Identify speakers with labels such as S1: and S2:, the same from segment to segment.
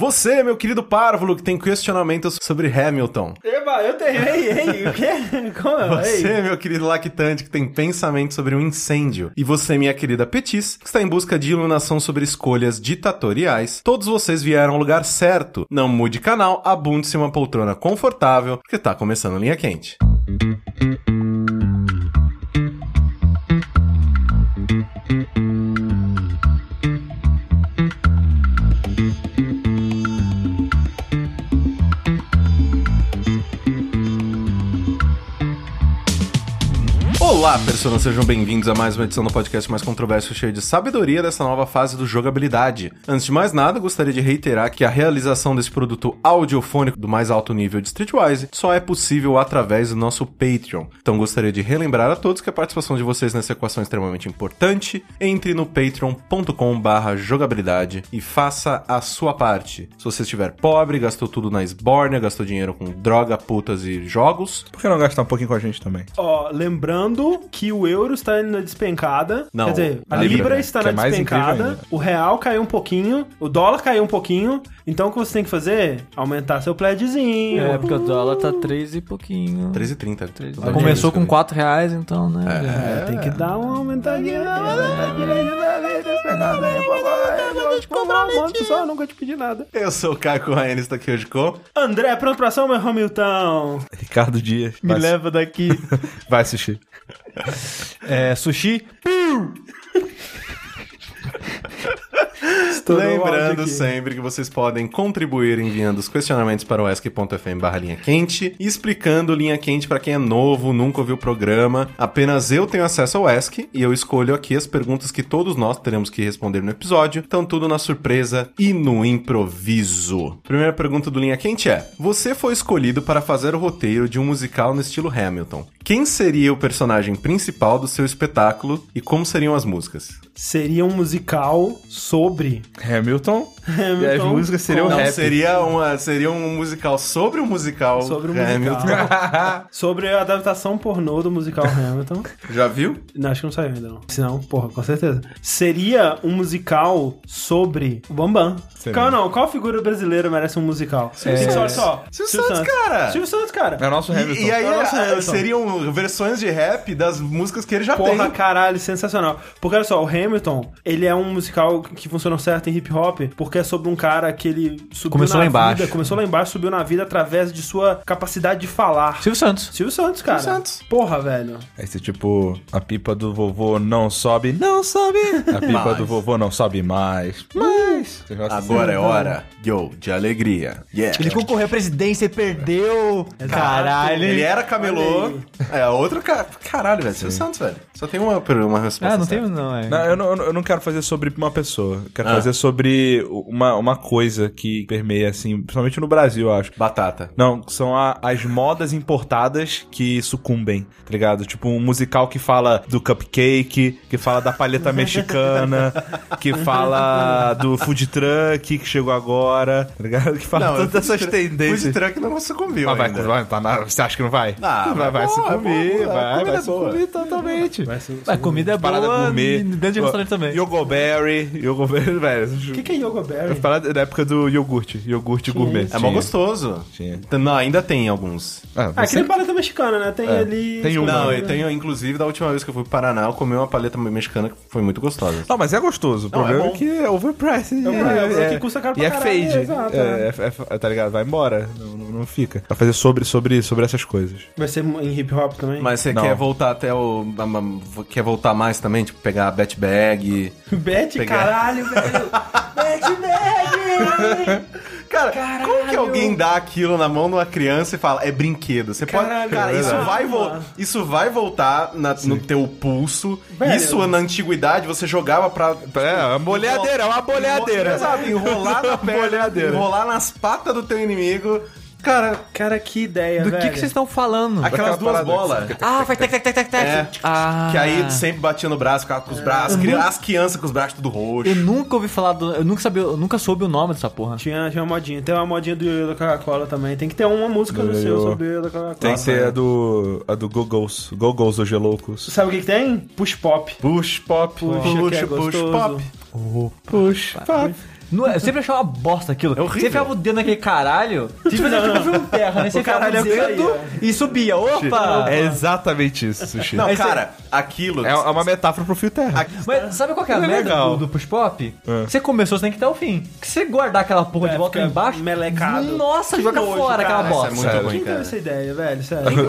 S1: Você, meu querido párvulo, que tem questionamentos sobre Hamilton.
S2: Eba, eu tenho. Ei, ei, o quê? Como? é?
S1: Você,
S2: Ei.
S1: meu querido lactante, que tem pensamento sobre um incêndio. E você, minha querida Petis, que está em busca de iluminação sobre escolhas ditatoriais. Todos vocês vieram ao lugar certo. Não mude canal, abunde-se uma poltrona confortável, porque tá começando linha quente. Olá, pessoas, sejam bem-vindos a mais uma edição do podcast mais controverso cheio de sabedoria dessa nova fase do jogabilidade. Antes de mais nada, gostaria de reiterar que a realização desse produto audiofônico do mais alto nível de Streetwise só é possível através do nosso Patreon. Então gostaria de relembrar a todos que a participação de vocês nessa equação é extremamente importante. Entre no patreon.com/barra jogabilidade e faça a sua parte. Se você estiver pobre, gastou tudo na esbórnia, gastou dinheiro com droga, putas e jogos,
S3: Por que não gastar um pouquinho com a gente também?
S2: Ó, lembrando que o euro está na despencada.
S1: Não,
S2: Quer dizer, a
S1: a
S2: Libra,
S1: Libra,
S2: está
S3: que
S2: na
S3: é mais incrível
S2: despencada.
S3: ainda.
S2: O real caiu um pouquinho. O dólar caiu um pouquinho. Então o que você tem que fazer? Aumentar seu pledzinho.
S4: É, porque o dólar tá 3 e pouquinho.
S1: 13,30. Olha
S4: Começou
S1: isso,
S4: com
S1: cara.
S4: 4 reais, então,
S2: É,
S4: né?
S2: tem que dar uma aumentadinha. Eu vou te cobrar um monte só, eu nunca te pedi nada.
S1: Eu sou o Caio Raines, está aqui hoje com.
S2: André, pronto pra ação, meu Hamilton?
S3: Ricardo Dias.
S2: Me
S3: vai,
S2: leva daqui.
S3: vai assistir. É, sushi.
S2: Estourou o áudio
S1: Lembrando
S2: aqui.
S1: sempre que vocês podem contribuir enviando os questionamentos para o esc.fm barra linha quente, e explicando linha quente para quem é novo, nunca ouviu o programa. Apenas eu tenho acesso ao ESC e eu escolho aqui as perguntas que todos nós teremos que responder no episódio. Então tudo na surpresa e no improviso. Primeira pergunta do linha quente é: Você foi escolhido para fazer o roteiro de um musical no estilo Hamilton. Quem seria o personagem principal do seu espetáculo e como seriam as músicas?
S2: Seria um musical sobre
S3: Hamilton. e as
S2: Hamilton
S3: músicas seriam
S2: com-
S1: Não,
S3: rap.
S1: seria, uma, seria um musical sobre o musical.
S2: Sobre o
S1: Hamilton.
S2: musical. sobre a adaptação pornô do musical Hamilton.
S1: Já viu?
S2: Não, acho que não saiu ainda, não. Se não, porra, com certeza. Seria um musical sobre o Bambam.
S3: Seria.
S2: Qual não? Qual figura brasileira merece um musical? Silvio Santos, olha só.
S1: É. Silvio Santos, cara.
S2: Silvio Santos, cara.
S3: É o nosso Hamilton.
S1: E, e aí
S2: Então, nossa,
S1: ah,
S2: Hamilton.
S1: seriam versões de rap das músicas que ele já
S2: Porra,
S1: tem.
S2: caralho, sensacional. Porque olha só, o Hamilton, ele é um musical que funcionou certo em hip hop, porque é sobre um cara que ele subiu
S4: Começou
S2: na
S4: lá
S2: vida,
S4: embaixo.
S2: começou lá embaixo, subiu na vida através de sua capacidade de falar.
S4: Silvio Santos.
S2: Silvio Santos, cara.
S1: Silvio Santos.
S2: Porra, velho.
S3: Aí você, tipo, a pipa do vovô não sobe, não sobe. A pipa
S1: Mais.
S3: do vovô não sobe mais. Mais. Você gosta
S1: Agora é
S3: assim?
S1: hora, yo, de alegria. Yeah.
S4: Ele concorreu à presidência e perdeu. Caralho.
S1: Ele era camelô. É, a outra. ca- Caralho, velho. Silvio Santos, velho. Só tem uma, uma resposta.
S4: Ah, não
S1: certa.
S4: tem, não, é.
S3: Não, eu, não, eu não- eu não quero fazer sobre uma pessoa. Eu quero
S1: Ah.
S3: fazer sobre uma, uma coisa que permeia, assim, principalmente no Brasil, eu acho.
S1: Batata.
S3: Não, são a- as modas importadas que sucumbem, tá ligado? Tipo um musical que fala do cupcake, que fala da palheta mexicana, que fala do food truck que chegou agora, tá ligado? Que fala
S1: eu
S3: todas
S1: fui
S3: essas
S1: estra- fui
S3: tendências.
S1: estranho que não sucumbiu.
S3: Mas vai,
S1: ainda.
S3: vai, tá na- você acha que não vai?
S1: Ah,
S3: vai, vai
S1: mas boa,
S3: sucumbir,
S1: boa, boa.
S3: vai,
S1: Comida boa.
S3: vai sucumbir totalmente.
S4: Mas comida é
S3: Parada
S4: boa
S3: gourmet.
S4: e dentro de restaurante também.
S3: Yogoberry, yogoberry, velho.
S2: O que, que é Yoga Berry?
S3: Parada da época do iogurte, iogurte gourmet.
S1: É mó gostoso.
S3: Tinha.
S1: Não, ainda tem alguns.
S3: Ah,
S2: Ah,
S3: você-
S2: aquele paleta mexicana, né? Tem ali.
S3: Tem uma.
S1: Não, eu tenho, inclusive, da última vez que eu fui pro Paraná, eu comi uma paleta mexicana que foi muito gostosa.
S3: Não, mas é gostoso. O problema
S1: é
S3: é,
S1: bom.
S3: que é overpriced.
S2: É overpriced, que custa caro
S3: E
S2: pra
S3: é
S2: caralho,
S3: fade.
S2: exato,
S3: É, é- é- tá ligado? Vai embora. Não, não- não fica. Vai fazer sobre, sobre, sobre essas coisas.
S2: Vai ser em hip hop também?
S1: Mas você
S3: Não.
S1: quer voltar até o. a- a- Quer voltar mais também? Tipo, pegar a bet bag.
S2: Bet,
S1: Pegar.
S2: caralho, velho. Bet, bag!
S1: Cara, como que alguém dá aquilo na mão de uma criança e fala, é brinquedo? Você pode.
S2: Caralho,
S1: cara,
S2: é
S1: isso
S2: verdade.
S1: vai, vo- isso vai voltar na- no teu pulso.
S2: Velho.
S1: Isso na antiguidade você jogava pra. tipo,
S3: É, uma
S1: boleadeira,
S3: boleadeira, é uma boleadeira.
S1: Sabe, enrolar na perna,
S3: Boleadeira.
S1: enrolar nas patas do teu inimigo. Cara,
S2: Cara, que ideia,
S4: Do
S2: velho.
S4: que que vocês estão falando?
S1: aquelas
S3: Aquela
S1: duas
S3: parada que
S1: bolas.
S4: Ah, faz tec, tec, tec, tec, tec.
S1: É.
S4: Ah.
S1: Que aí sempre batia no braço, ficava com os
S2: Uhum.
S1: braços, cri- as crianças com os braços tudo roxo.
S4: Eu nunca ouvi falar do... Eu nunca, sabia, eu nunca soube o nome dessa porra.
S2: Tinha, tinha uma modinha. Tem uma modinha do Yoyo da Coca-Cola também. Tem que ter uma música do,
S3: Do
S2: seu
S3: Yoyo.
S2: sobre o Yoyo da Coca-Cola.
S3: Tem que ser a do. a do Googles. Googles hoje é loucos.
S2: Sabe o que, que tem? Push pop.
S3: Push pop.
S2: Puxa, que é gostoso.
S3: Push pop.
S4: Não, eu sempre achava uma bosta aquilo.
S1: É horrível.
S4: Você enfiava o dedo naquele caralho, tipo, não, tipo filme terra, né? Você
S2: O
S4: enfiava o
S2: caralho
S4: dedo e subia. Opa!
S3: É exatamente isso, Sushi.
S1: Não,
S3: é
S1: cara, aquilo.
S3: é uma metáfora pro fio terra.
S1: Aqui-
S4: Mas sabe qual que é a
S3: Não é
S4: merda
S3: legal.
S4: do, do push pop? Você começou, você tem que ir até o fim. Que você guardar aquela
S2: É,
S4: porra de volta lá
S2: fica
S4: embaixo.
S2: melecado.
S4: Nossa, joga
S2: nojo,
S4: fora
S2: cara.
S4: aquela
S2: Isso é
S4: bosta.
S1: muito ruim.
S2: Quem
S1: Tá cara.
S2: deu essa ideia, velho? Sério?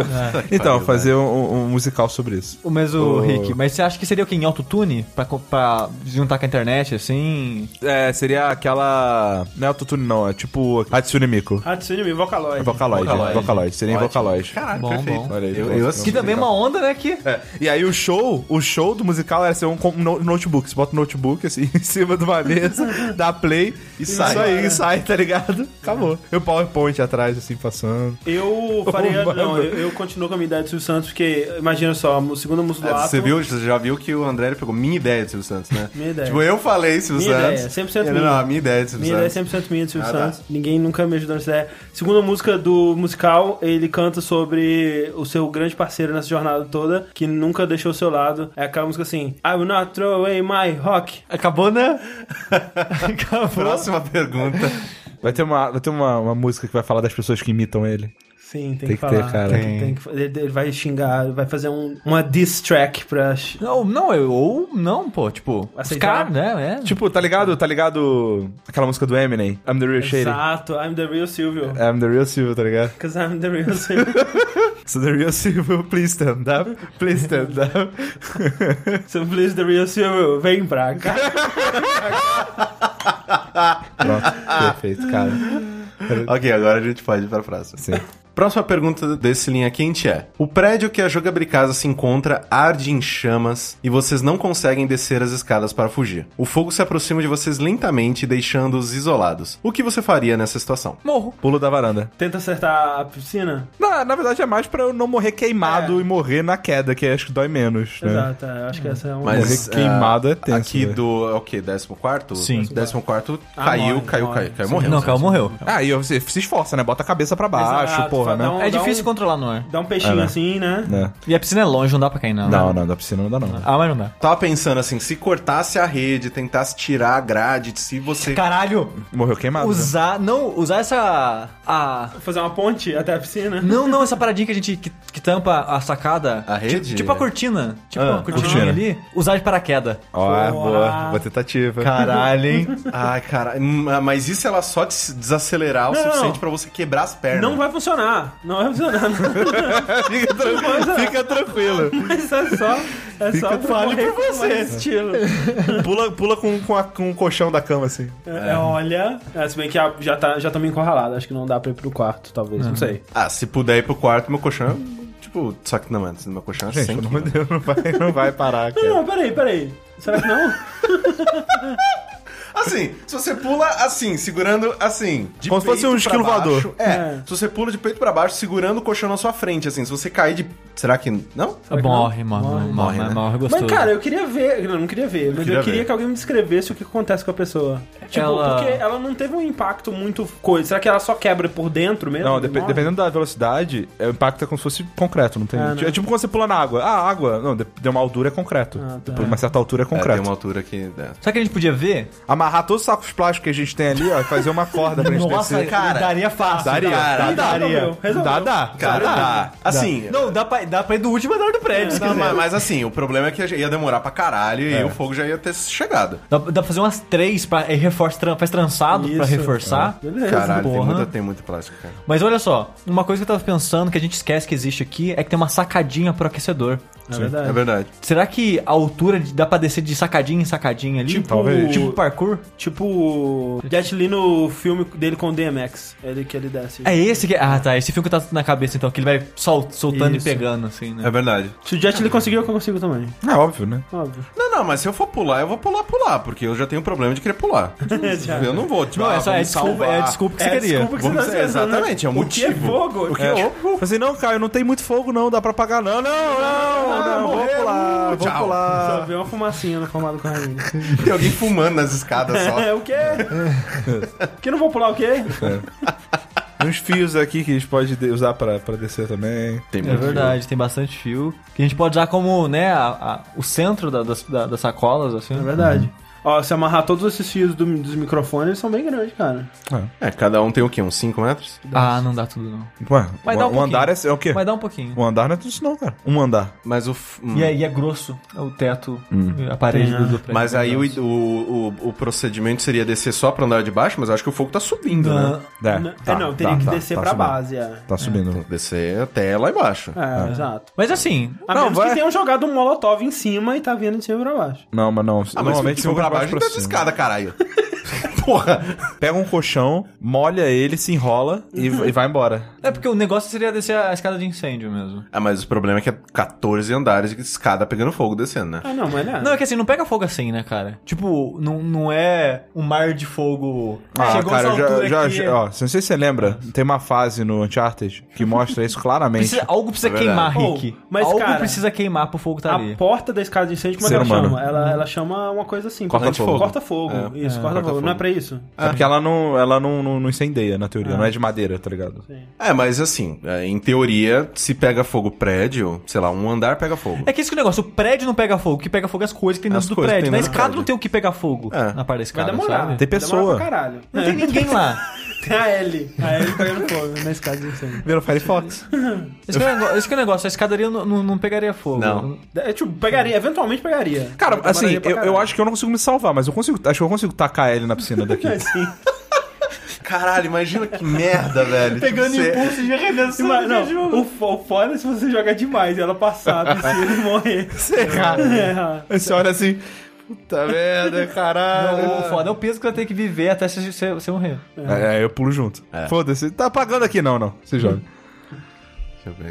S3: Então,
S1: Pariu,
S3: fazer um, um musical sobre isso.
S4: O mesmo Rick, mas você acha que seria o quê? Em autotune? Pra, co- pra juntar com a internet, assim?
S3: É, seria aquela. Não é autotune, não. É tipo Hatsune Mico.
S2: Hatsune Miku, Ah.
S1: É
S2: Vocaloid.
S1: Vocaloid.
S3: Vocaloid. Vocaloid. Vocaloid. Seria em
S1: Ótimo.
S3: Vocaloid.
S1: Caralho,
S4: Bom,
S1: perfeito.
S4: bom.
S3: Ah, Olha
S1: Eu,
S3: aí, eu
S1: eu
S3: gosto.
S1: assisti.
S4: Que também é uma onda, né? Que
S3: É, E aí o show, o show do musical era ser um com- no- notebook. Você bota um notebook assim em cima de uma mesa, dá play e sai. Isso aí, sai, tá ligado? Acabou. E o PowerPoint atrás, assim, passando.
S2: Eu faria.
S3: mano.
S2: não, eu, eu continuo com a minha ideia de Silvio Santos, porque imagina só, o segundo músico do
S1: É,
S2: ato.
S1: Você viu, você já viu que o André ele pegou minha ideia de Silvio Santos, né?
S2: Minha ideia.
S1: Tipo, eu falei Silvio
S2: Minha ideia,
S1: Santos.
S2: 100%
S1: Ele,
S2: minha.
S1: Não, a minha ideia de Silvio
S2: Minha ideia é
S1: Santos.
S2: 100% minha do Silvio
S1: Ah, tá.
S2: Santos. Ninguém nunca me ajudou nessa ideia. Segunda música do musical, ele canta sobre o seu grande parceiro nessa jornada toda, que nunca deixou o seu lado. É aquela música assim: I will not throw away my rock.
S4: acabou, né? acabou.
S1: Próxima pergunta.
S3: Vai ter, uma, vai ter uma, uma música que vai falar das pessoas que imitam ele.
S2: Sim, tem, que
S3: Tem que ter,
S2: falar.
S3: cara.
S2: Tem, tem que, fa- ele, ele vai xingar, ele vai fazer um, uma diss track pra.
S4: Não, não, eu, ou não, pô. Tipo, os
S2: Aceitar?
S4: caras, né? É.
S3: Tipo, tá ligado? Tá ligado? Aquela música do Eminem. I'm the real Shady.
S2: Exato, I'm the real Silvio.
S3: I'm the real Silvio, tá ligado?
S2: Because I'm the real Silvio.
S3: So the real Silvio, please stand up. Please stand up.
S2: So please the real Silvio, vem pra cá.
S3: Pronto, perfeito, cara.
S1: ok, agora a gente pode ir pra próxima.
S3: Sim.
S1: Próxima pergunta desse linha quente é: O prédio que a Jogabricasa se encontra arde em chamas e vocês não conseguem descer as escadas para fugir. O fogo se aproxima de vocês lentamente, deixando-os isolados. O que você faria nessa situação?
S4: morro.
S3: Pulo da varanda.
S2: Tenta acertar a piscina.
S3: Na, na verdade, é mais pra eu não morrer queimado e morrer na queda, que acho que dói menos, né?
S2: Exato, é, acho que essa é uma.
S1: Mas
S3: Morrer queimado
S1: ah,
S3: é tenso,
S1: Aqui
S3: né?
S1: do. é O quê? 14?
S4: Sim.
S1: 14
S2: Ah,
S1: caiu,
S2: morre,
S1: caiu,
S2: morre.
S1: caiu, caiu, morreu.
S4: não, calma, morreu.
S3: Ah, e você se esforça, né? Bota a cabeça pra baixo,
S2: Exato,
S3: porra,
S2: dá
S3: né?
S2: um-
S4: É difícil controlar no ar.
S2: Dá um peixinho
S3: É, né?
S2: assim, né?
S3: É.
S4: E a piscina é longe, não dá pra cair, não.
S3: Não, não, da piscina não dá não.
S4: Ah, mas não dá.
S1: Tava pensando assim, se cortasse a rede, tentasse tirar a grade, se você.
S4: Caralho,
S3: Morreu queimado. né?
S4: usar. Não, usar essa. A.
S2: Fazer uma ponte até a piscina.
S4: Não, não, essa paradinha que a gente. que, que tampa a sacada.
S1: A rede?
S4: Tipo, tipo a cortina. Tipo
S1: Ah,
S4: a cortina
S3: cortina.
S4: ali. Usar de paraquedas.
S3: Ó, é,
S2: Boa.
S3: boa, boa tentativa.
S4: Caralho, hein?
S1: Ai, cara, hum, mas e se ela só des- desacelerar o
S2: Não,
S1: suficiente
S2: não.
S1: pra você quebrar as pernas?
S2: Não vai funcionar. Não vai funcionar.
S3: fica, tranquilo, fica tranquilo.
S2: Mas é só. É
S3: Fica
S2: só
S3: falho
S2: correr
S3: pra
S2: com
S3: você.
S2: mais Estilo.
S3: Pula, pula com, com, a- com o colchão da cama, assim.
S2: É, olha. É, se bem que a- já tá, já tá meio encurralado. Acho que não dá pra ir pro quarto, talvez. Não sei.
S1: Ah, se puder ir pro quarto, meu colchão. é, Tipo, só que não, antes do meu colchão é
S3: Gente,
S1: 100
S3: pelo amor
S1: quilos.
S3: de Deus, não vai, não vai parar,
S2: Não,
S3: cara.
S2: não, peraí, peraí. Será que não?
S1: Assim, se você pula assim, segurando assim. De
S3: Como se fosse
S1: peito
S3: um esquilo
S1: pra baixo,
S3: voador.
S1: É,
S2: É.
S1: Se você pula de peito pra baixo, segurando o colchão na sua frente, assim. Se você cair de. Será que. Não? É,
S2: Será que não?
S4: morre, morre, morre, morre,
S1: né?
S4: morre, gostoso.
S2: Mas, cara, eu queria ver. Não, eu não queria ver. Mas
S1: queria
S2: eu queria
S1: ver.
S2: que alguém me descrevesse o que acontece com a pessoa. Tipo,
S4: Ela-
S2: porque ela não teve um impacto muito coisa. Será que ela só quebra por dentro mesmo?
S3: Não,
S2: e
S3: depe-
S2: morre?
S3: dependendo da velocidade, é, o impacto é como se fosse concreto, não tem.
S2: Ah,
S3: é
S2: não.
S3: tipo quando você pula na água. Ah, água. Não, de, de uma altura é concreto.
S2: Ah, tá.
S3: Depois de uma certa altura é
S1: É, tem
S3: concreto.
S1: uma altura que. É.
S4: Sabe o que a gente podia ver?
S3: Amarrar todos os sacos plásticos que a gente tem ali, ó, e fazer uma corda pra gente
S4: Nossa,
S3: descer.
S4: cara, daria fácil.
S3: Daria,
S4: cara.
S1: cara,
S4: daria.
S2: resolveu, resolveu.
S3: Dá, dá.
S1: Cara,
S3: dá.
S1: dá. Assim.
S4: Não, dá pra, dá pra ir do último andar do prédio, se
S1: Não,
S4: quiser.
S1: mas, mas assim, o problema é que ia demorar pra caralho e o fogo já ia ter chegado.
S4: Dá, dá pra fazer umas três pra, e reforça, tran- faz trançado pra
S2: Isso. Ah,
S4: reforçar.
S2: Beleza.
S1: Caralho, tem,
S4: porra.
S1: muita,
S3: né?
S1: tem muito plástico, cara.
S4: Mas olha só, uma coisa que eu tava pensando que a gente esquece que existe aqui é que tem uma sacadinha pro aquecedor.
S2: Na verdade.
S1: É verdade.
S4: Será que a altura de- dá pra descer de sacadinha em sacadinha ali?
S2: Tipo-
S4: Talvez. tipo parkour?
S2: Tipo o Jet Li no filme dele com o DMX. Ele que ele desce.
S4: É esse que. Ah, tá. Esse filme que tá na cabeça, então, que ele vai sol- soltando
S2: Isso.
S4: e pegando, assim, né?
S1: É verdade.
S2: Se o Jet Li conseguiu, eu consigo também.
S3: É óbvio, né?
S2: Óbvio.
S1: Não, não, mas se eu for pular, eu vou pular, pular, porque eu já tenho problema de querer pular.
S2: Já.
S1: eu não vou, tipo,
S4: É, Não,
S1: ah,
S4: essa é a
S1: vamos
S4: desculpa,
S1: salvar.
S4: é a desculpa que você queria.
S2: desculpa que
S1: Vamos-
S2: você tá pensando,
S1: exatamente, é um
S2: o que é
S1: motivo.
S2: fogo? O que é
S1: É.
S2: ovo?
S3: Falei assim, não, Caio, não tem muito fogo não, dá pra apagar não, não, não,
S1: Ah,
S3: não, vou
S1: morreu,
S3: pular, vou
S1: tchau.
S2: Só
S3: pular.
S2: vê uma fumacinha na formada com a rainha.
S1: Tem alguém fumando nas escadas
S2: É,
S1: só.
S2: o quê? que não vou pular o quê?
S3: Tem uns fios aqui que a gente pode de- usar pra, pra descer também.
S1: Tem
S4: É verdade, tem bastante fio. Que a gente pode usar como, né, a- a- o centro da- das, da- das sacolas, assim.
S2: É verdade. Ó, se amarrar todos esses fios do- dos microfones, eles são bem grandes, cara.
S1: É, cada um tem o quê? Uns 5 metros?
S4: Ah, não dá tudo não.
S3: Ué,
S4: Vai
S3: um,
S4: dar um
S3: um andar é,
S4: pouquinho.
S3: é o quê?
S4: Mas dá um pouquinho.
S3: Um andar não é tudo isso não, cara. Um andar.
S1: Mas o. f- hum.
S4: E aí é grosso, é o teto, a parede do, do prédio. É
S1: Mas aí o,
S4: o
S1: o, o- o procedimento seria descer só pra andar de baixo, mas eu acho que o fogo tá subindo, né?
S3: É,
S2: Não-
S3: tá,
S2: é, não, teria
S3: tá,
S2: que
S3: tá,
S2: descer
S3: tá
S2: pra
S3: subindo.
S2: base, é.
S3: Tá subindo.
S1: Tem que né? descer até lá embaixo.
S2: É, exato.
S4: Mas assim,
S2: A
S3: Não,
S2: menos
S3: vai-
S2: que tenham jogado um molotov em cima e tá vindo de cima pra baixo.
S3: Não, mas não.
S1: Ah, mas
S3: normalmente
S1: se for
S3: eu
S1: pra
S3: vou
S1: baixo, tá de
S3: cima.
S1: escada, caralho. Porra.
S3: Pega um colchão, molha ele, se enrola e, e vai embora.
S4: é porque o negócio seria descer a escada de incêndio mesmo.
S1: Ah, mas o problema é que é 14 andares de escada pegando fogo descendo, né?
S2: Ah, não, mas não.
S4: Não, é que assim, não pega fogo assim, né, cara? Tipo, não, não é um mar de fogo.
S3: Ah,
S4: Chegou
S3: cara,
S4: essa
S3: eu
S4: altura
S3: já,
S4: que
S3: já, ó, não sei se você lembra, tem uma fase no Uncharted que mostra isso claramente.
S4: precisa- algo precisa
S1: É verdade.
S4: queimar,
S2: Oh,
S4: Rick.
S2: mas,
S4: algo
S2: cara,
S4: precisa queimar pro fogo tá
S2: a
S4: ali.
S2: porta da escada de incêndio, como é que
S3: Ser
S2: ela
S3: humano.
S2: chama? Ela, ela chama uma coisa assim.
S1: Corta-fogo.
S2: Corta-fogo. Isso, corta-fogo. Não é pra isso?
S3: É porque ela não, ela não, não, não incendeia, na teoria. Não é de madeira, tá ligado?
S1: É, mas assim, é, em teoria, se pega fogo prédio, sei lá, um andar pega fogo.
S4: É que isso que é o negócio, o prédio não pega fogo, o que pega fogo é as coisas que tem
S1: As
S4: dentro do
S1: coisas que tem
S4: prédio. Na
S1: dentro do
S4: escada
S1: prédio.
S4: não tem o que pegar fogo
S1: É.
S4: na parte da escada,
S2: Vai demorar.
S4: sabe?
S2: vai
S3: Tem
S2: demorar
S3: pessoa.
S2: pra caralho. É.
S4: Não tem ninguém lá.
S2: Tem a L. A L pegando fogo na escada de incêndio.
S3: Vira Firefox.
S4: Esse que é o negócio, esse que é o negócio, a escadaria não, não, não pegaria fogo.
S1: Não.
S2: É, tipo, pegaria, eventualmente pegaria.
S3: Cara,
S2: Demoraria
S3: assim,
S2: pra
S3: eu,
S2: caralho.
S3: eu acho que eu não consigo me salvar, mas eu consigo. Acho que eu consigo tacar ele na piscina daqui.
S2: Assim.
S1: É, Caralho, imagina que merda, velho. Tipo, Pegando
S4: impulso de
S2: Sim,
S4: arredenção
S2: mas não, o, fo- o foda é se você jogar demais e ela passar a piscina e morrer. É.
S3: Aí você olha assim. Puta merda, caralho.
S4: O foda é o peso que vai ter que viver até você- você você morrer.
S3: É, é, eu pulo junto.
S1: É.
S3: Foda-se. Tá apagando aqui, não, não. Se joga.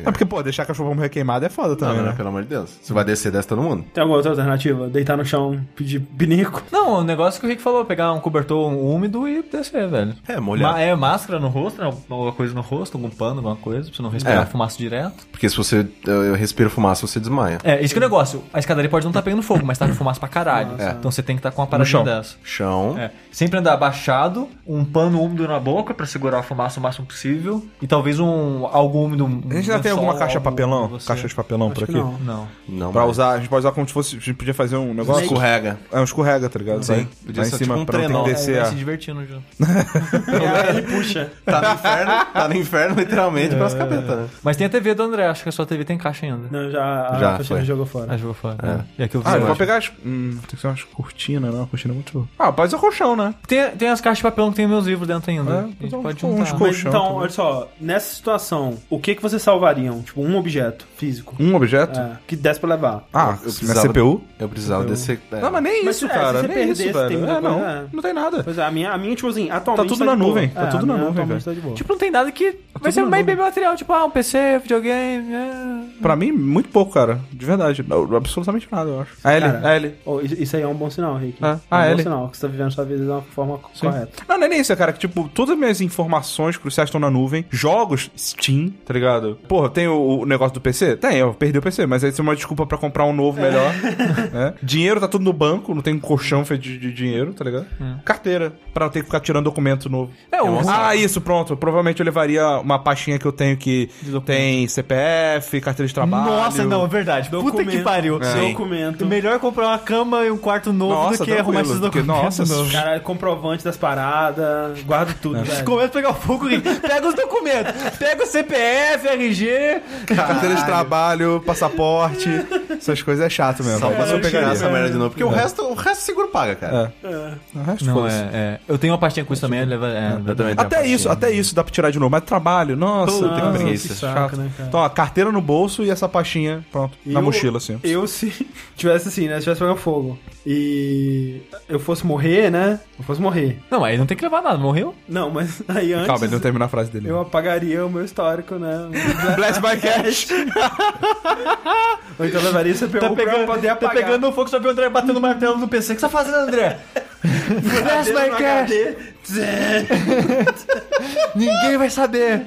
S3: É porque, pô, deixar a cachorro morrer queimado é foda
S1: Não,
S3: também,
S1: não,
S3: né?
S1: pelo amor de Deus. Você vai descer dessa todo mundo.
S2: Tem alguma outra alternativa? Deitar no chão, pedir pinico.
S4: Não, o negócio que o Rick falou, pegar um cobertor úmido e descer, velho.
S1: É, molhar.
S4: Ma- é máscara no rosto, né? alguma coisa no rosto, algum pano, alguma coisa, pra você não respirar
S1: É.
S4: fumaça direto.
S1: Porque se você eu respiro fumaça, você desmaia.
S4: É, isso que é o negócio. A escadaria pode não estar pegando fogo, mas tá com fumaça pra caralho. Então você tem que estar com uma paradinha
S3: chão.
S4: dessa.
S1: Chão.
S4: É, sempre andar abaixado, um pano úmido na boca pra segurar a fumaça o máximo possível e talvez um algo úmido.
S3: A gente
S4: é
S3: ainda tem alguma caixa papelão? Caixa de papelão por
S2: que
S3: aqui?
S2: não.
S4: Não.
S1: Não,
S3: Pra
S1: mas-
S3: usar, a gente pode usar como se fosse. A gente podia fazer um negócio.
S1: Escorrega.
S3: É um escorrega, tá ligado?
S1: Sim.
S3: Vai-
S1: Podia
S3: Vai em
S1: ser
S3: cima
S1: tipo um
S3: pra não ter
S1: trenó.
S3: que
S1: É,
S4: Você
S3: descer.
S4: vai
S3: a-
S4: se divertindo junto.
S2: Ele puxa.
S1: Tá no inferno, tá no inferno literalmente pelas cabetas, né?
S4: Mas tem a TV do André, acho que a sua TV tem caixa ainda.
S2: Não, já a
S1: Já
S2: já
S1: foi.
S2: jogou fora.
S4: Ah, jogou fora. né? E aqui eu vi.
S3: Ah,
S4: eu
S3: pode
S4: acho.
S3: pegar as. Hum, tem que ser umas cortinas, não. Uma cortina muito. Ah, pode ser colchão, né?
S4: tem, tem as caixas de papelão que tem meus livros dentro ainda.
S3: É,
S4: A gente
S3: então,
S4: pode
S3: tipo, uns
S4: juntar.
S3: co-
S2: Mas,
S3: Colchão
S2: então,
S3: também.
S2: olha só, nessa situação, o que que vocês salvariam? Tipo, um objeto físico
S3: Um objeto?
S2: é, que desse pra levar.
S3: Ah,
S1: Eu
S3: minha
S1: precisava-
S3: CPU?
S1: Eu precisava descer. é.
S3: Não, mas nem
S2: Mas,
S3: isso,
S2: é,
S3: cara.
S2: se você
S3: nem
S2: perder,
S3: isso,
S2: você tem
S3: velho.
S2: muita
S3: É, não.
S2: coisa, é.
S3: Não tem nada.
S2: Pois é, a minha, a minha, tipo assim, atualmente.
S3: Tá tudo
S2: de
S3: na
S2: boa.
S3: nuvem, tá
S2: É, a
S3: tudo na
S2: minha
S3: nuvem,
S2: atualmente Tá de boa.
S4: Tipo, não tem nada que vai ser
S3: tudo
S4: meio
S3: novo.
S4: bem material, tipo, ah, um PC, videogame. é.
S3: Pra mim, muito pouco, cara. De verdade. Não, absolutamente nada, eu acho. A L,
S2: Cara.
S3: a L.
S2: Oh, isso isso aí é um bom sinal, Rick.
S3: É. Ah,
S2: é um
S3: ele.
S2: bom sinal, que você tá vivendo sua vida de uma forma co- correta.
S3: Não, não é nem isso, cara. Que, tipo, todas as minhas informações cruciais estão tá na nuvem. Jogos, Steam, tá ligado? Porra, tem o, o negócio do PC? Tem, eu perdi o PC, mas aí tem uma desculpa pra comprar um novo melhor. né? Dinheiro tá tudo no banco, não tem um colchão feito de, de dinheiro, tá ligado? Carteira, pra não ter que ficar tirando documento novo.
S4: Hum. É, o-
S3: Ah, isso, pronto. Provavelmente eu levaria uma pastinha que eu tenho que
S4: documento.
S3: tem CPF, carteira de trabalho.
S4: Nossa, não, é verdade. Puta que
S2: Documento.
S4: pariu.
S3: É.
S2: Sim. Documento.
S4: É Melhor comprar uma cama e um quarto novo
S3: Nossa,
S4: do que arrumar
S3: tranquilo,
S4: esses
S3: porque,
S4: documentos.
S3: nossa,
S4: novos.
S2: Caralho, é comprovante das paradas, guardo
S3: É.
S2: tudo, velho.
S4: Começa a pegar fogo e pega os documentos. Pega o CPF, RG.
S3: Carteira de trabalho, passaporte, essas coisas é chato mesmo.
S1: Só pra
S3: Mas
S1: não
S3: eu
S1: pegar
S3: pegaria.
S1: essa merda de novo. Porque o resto, o resto seguro paga, cara.
S3: É. O resto,
S4: Não,
S3: foda-se.
S4: é, é. Eu tenho uma pastinha com isso também. Leva, é,
S1: Eu também tenho
S3: Até
S1: uma
S3: isso,
S1: pastinha.
S3: até isso dá pra tirar de novo. Mas trabalho, nossa.
S1: Puta, que
S3: nossa,
S1: preguiça.
S3: que
S2: Saca, né, cara?
S3: Então, ó, carteira no bolso e essa pastinha, pronto, na
S2: Eu-
S3: mochila, assim.
S2: Eu se tivesse assim, né? Se tivesse pegando fogo e eu fosse morrer, né? Eu fosse morrer.
S4: Não, aí não tem que levar nada, morreu.
S2: Não, mas aí antes
S3: Calma, ele não termina a frase dele.
S2: eu apagaria o meu histórico, né?
S3: Bless my cash.
S2: Ou então levaria esse CPU pra eu poder
S4: tá
S2: apagar.
S4: pegando o fogo, só vê o André batendo o martelo no PC. O que você tá fazendo, André? Bless
S2: Dentro
S4: my
S2: do
S4: cash.
S2: HD.
S4: Ninguém vai saber.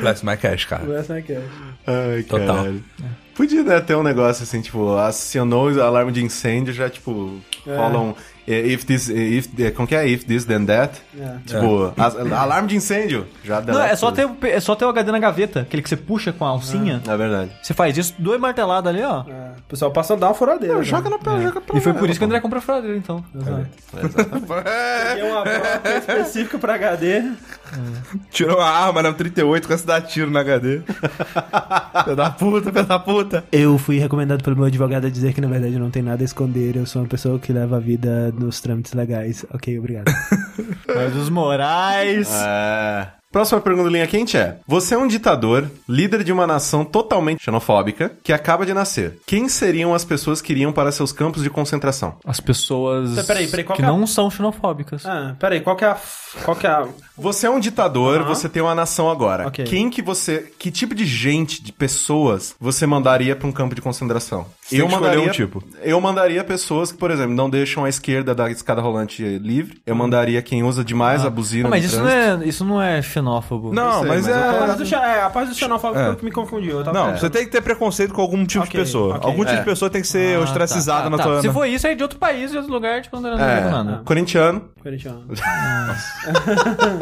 S3: Bless my cash, cara.
S2: Essa é a cash.
S1: Ai,
S3: Total.
S1: caralho. Podia né, ter um negócio assim, tipo, acionou o alarme de incêndio, já, tipo, rola um eh, If This. eh, If, eh, como que é? If This Then That.
S2: É.
S1: Tipo, a- alarme de incêndio. Já
S4: Não,
S1: deleta
S4: é só,
S1: tudo.
S4: ter, um o- é só ter o HD na gaveta, aquele que você puxa com a alcinha.
S1: É verdade.
S4: Você faz isso, duas marteladas ali, ó.
S2: É, o pessoal passa a dar uma furadeira. né?
S1: na pé, joga pra
S4: É. E foi por isso que o André comprou a furadeira, então.
S2: E é uma broca específica pra HD.
S3: Tirou a arma né? na 38 com essa dar tiro na HD. filho da puta, filho da puta.
S2: Eu fui recomendado pelo meu advogado a dizer que na verdade não tem nada a esconder, eu sou uma pessoa que leva a vida nos trâmites legais. Ok, obrigado.
S4: Mas os Morais.
S1: É. Próxima pergunta do Linha Quente é: Você é um ditador, líder de uma nação totalmente xenofóbica, que acaba de nascer. Quem seriam as pessoas que iriam para seus campos de concentração?
S4: As pessoas
S2: Mas peraí, peraí, qual
S4: que
S2: que é a-
S4: não são xenofóbicas.
S2: ah, peraí, qual que é a. Qual que é a.
S1: Você é um ditador, você tem uma nação agora.
S4: Ok.
S1: Quem que você. Que tipo de gente, de pessoas, você mandaria pra um campo de concentração?
S3: Você tem que escolher um tipo.
S1: Eu mandaria pessoas que, por exemplo, não deixam a esquerda da escada rolante livre. Eu mandaria quem usa demais, abusina.
S4: Uhum. Ah, mas
S1: no
S4: isso não,
S1: trânsito.
S4: é, isso não é xenófobo.
S3: Não,
S1: sei,
S3: mas,
S1: mas
S4: Ah.
S1: eu
S2: A
S3: é...
S2: parte do, xa- é, a parte do xenofóbico
S3: É.
S2: foi o que me confundiu. Eu tava
S3: Não,
S2: é.
S3: você tem que ter preconceito com algum tipo
S2: Ok,
S3: de pessoa.
S2: ok.
S3: Algum tipo
S1: É.
S3: de pessoa tem que ser
S4: Ah,
S3: ostracizada
S4: tá,
S3: na
S4: tá.
S3: tua...
S4: Se
S3: na-
S4: for isso, é de outro país, de outro lugar, tipo, não
S1: É,
S4: é. nada.
S1: corintiano.
S2: corintiano.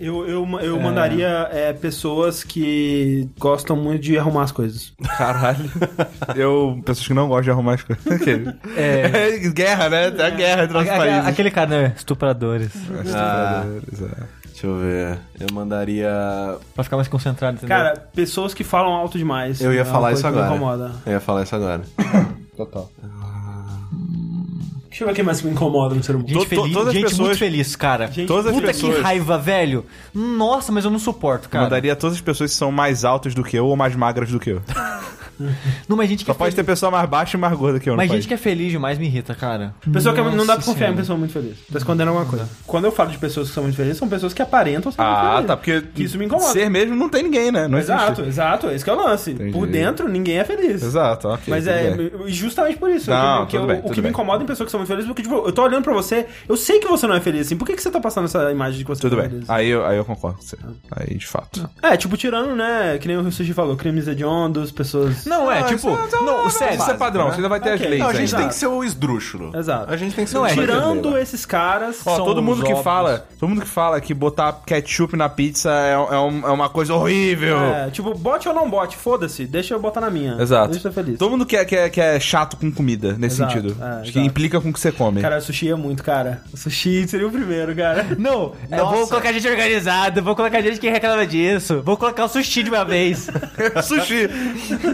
S2: Eu, eu, ma- eu mandaria é, pessoas que gostam muito de arrumar as coisas.
S3: Caralho. Eu... Pessoas que não gostam de arrumar as coisas. Aquele. É... guerra, né? É a guerra entre os
S4: Aque-
S3: países.
S4: Aquele cara, né? Estupradores.
S1: Ah,
S3: Exato.
S1: deixa eu ver. Eu mandaria.
S4: pra ficar mais concentrado, entendeu?
S2: Cara, pessoas que falam alto demais.
S1: Eu ia
S2: É uma
S1: falar
S2: coisa
S1: isso
S2: que me
S1: agora.
S2: incomoda.
S1: Eu ia falar isso agora. Total.
S2: Deixa eu ver o que mais me incomoda no ser humano.
S4: gente
S3: to-
S4: feliz,
S3: todas as
S4: gente
S3: pessoas-
S4: muito feliz, cara.
S2: Gente-
S3: Todas as
S4: Puta que
S3: pessoas.
S4: raiva, velho. Nossa, mas eu não suporto, cara.
S3: Mandaria todas as pessoas que são mais altas do que eu ou mais magras do que eu.
S4: Não, mas gente que
S3: Só
S4: é
S3: pode
S4: feliz...
S3: ter um pessoa mais baixa e mais gorda que eu,
S4: Mas
S3: não
S4: gente que é feliz demais me irrita, cara.
S2: Pessoa que é- não dá
S4: Nossa
S2: pra confiar em
S4: Senhora.
S2: pessoa muito feliz. Tá escondendo alguma coisa. Quando eu falo de pessoas que são muito felizes, são pessoas que aparentam ser muito
S3: Ah,
S2: felizes.
S3: tá, porque
S2: Isso me incomoda.
S3: ser mesmo não tem ninguém, né? Não
S2: Exato,
S3: existe.
S2: exato. Esse que é o lance. Por dentro, ninguém é feliz.
S3: Exato, ok.
S2: Mas
S3: tudo
S2: é
S3: bem.
S2: e justamente por isso.
S3: Não,
S2: que, que
S3: tudo
S2: eu-
S3: bem,
S2: o
S3: tudo
S2: que me
S3: bem.
S2: incomoda em pessoas que são muito felizes, porque tipo, eu tô olhando pra você, eu sei que você não é feliz, assim. Por que, que você tá passando essa imagem de que você
S3: Tudo
S2: não é
S3: bem.
S2: feliz?
S3: Aí eu, aí eu concordo com você.
S2: Ah.
S3: Aí, de fato.
S2: É, tipo, tirando, né? Que nem o Sushi falou, crimes hediondos, pessoas.
S4: Não, é, tipo... Não, sério.
S3: Isso é padrão, você ainda vai ter
S2: Ok.
S3: as leis
S1: Não, a gente
S3: ainda.
S1: tem que ser o esdrúxulo.
S2: Exato.
S1: A gente tem que ser
S4: Não
S1: o
S4: é,
S1: esdrúxulo.
S2: Tirando esses caras.
S3: Ó,
S4: São
S3: todo mundo
S4: os
S3: que
S4: óbvios.
S3: fala, todo mundo que fala que botar ketchup na pizza é, é um- é uma coisa horrível.
S2: É, tipo, bote ou não bote, foda-se, deixa eu botar na minha.
S3: Exato.
S2: Deixa eu ser feliz.
S3: Todo mundo que é, que é- que é chato com comida, nesse
S2: Exato,
S3: sentido.
S2: é,
S3: Acho que
S2: exato.
S3: implica com o que você come.
S2: Cara, sushi é muito, cara. O sushi seria o primeiro, cara.
S4: Não, eu vou colocar gente organizada, vou colocar gente que reclama disso, vou colocar o sushi de uma vez.
S3: sushi.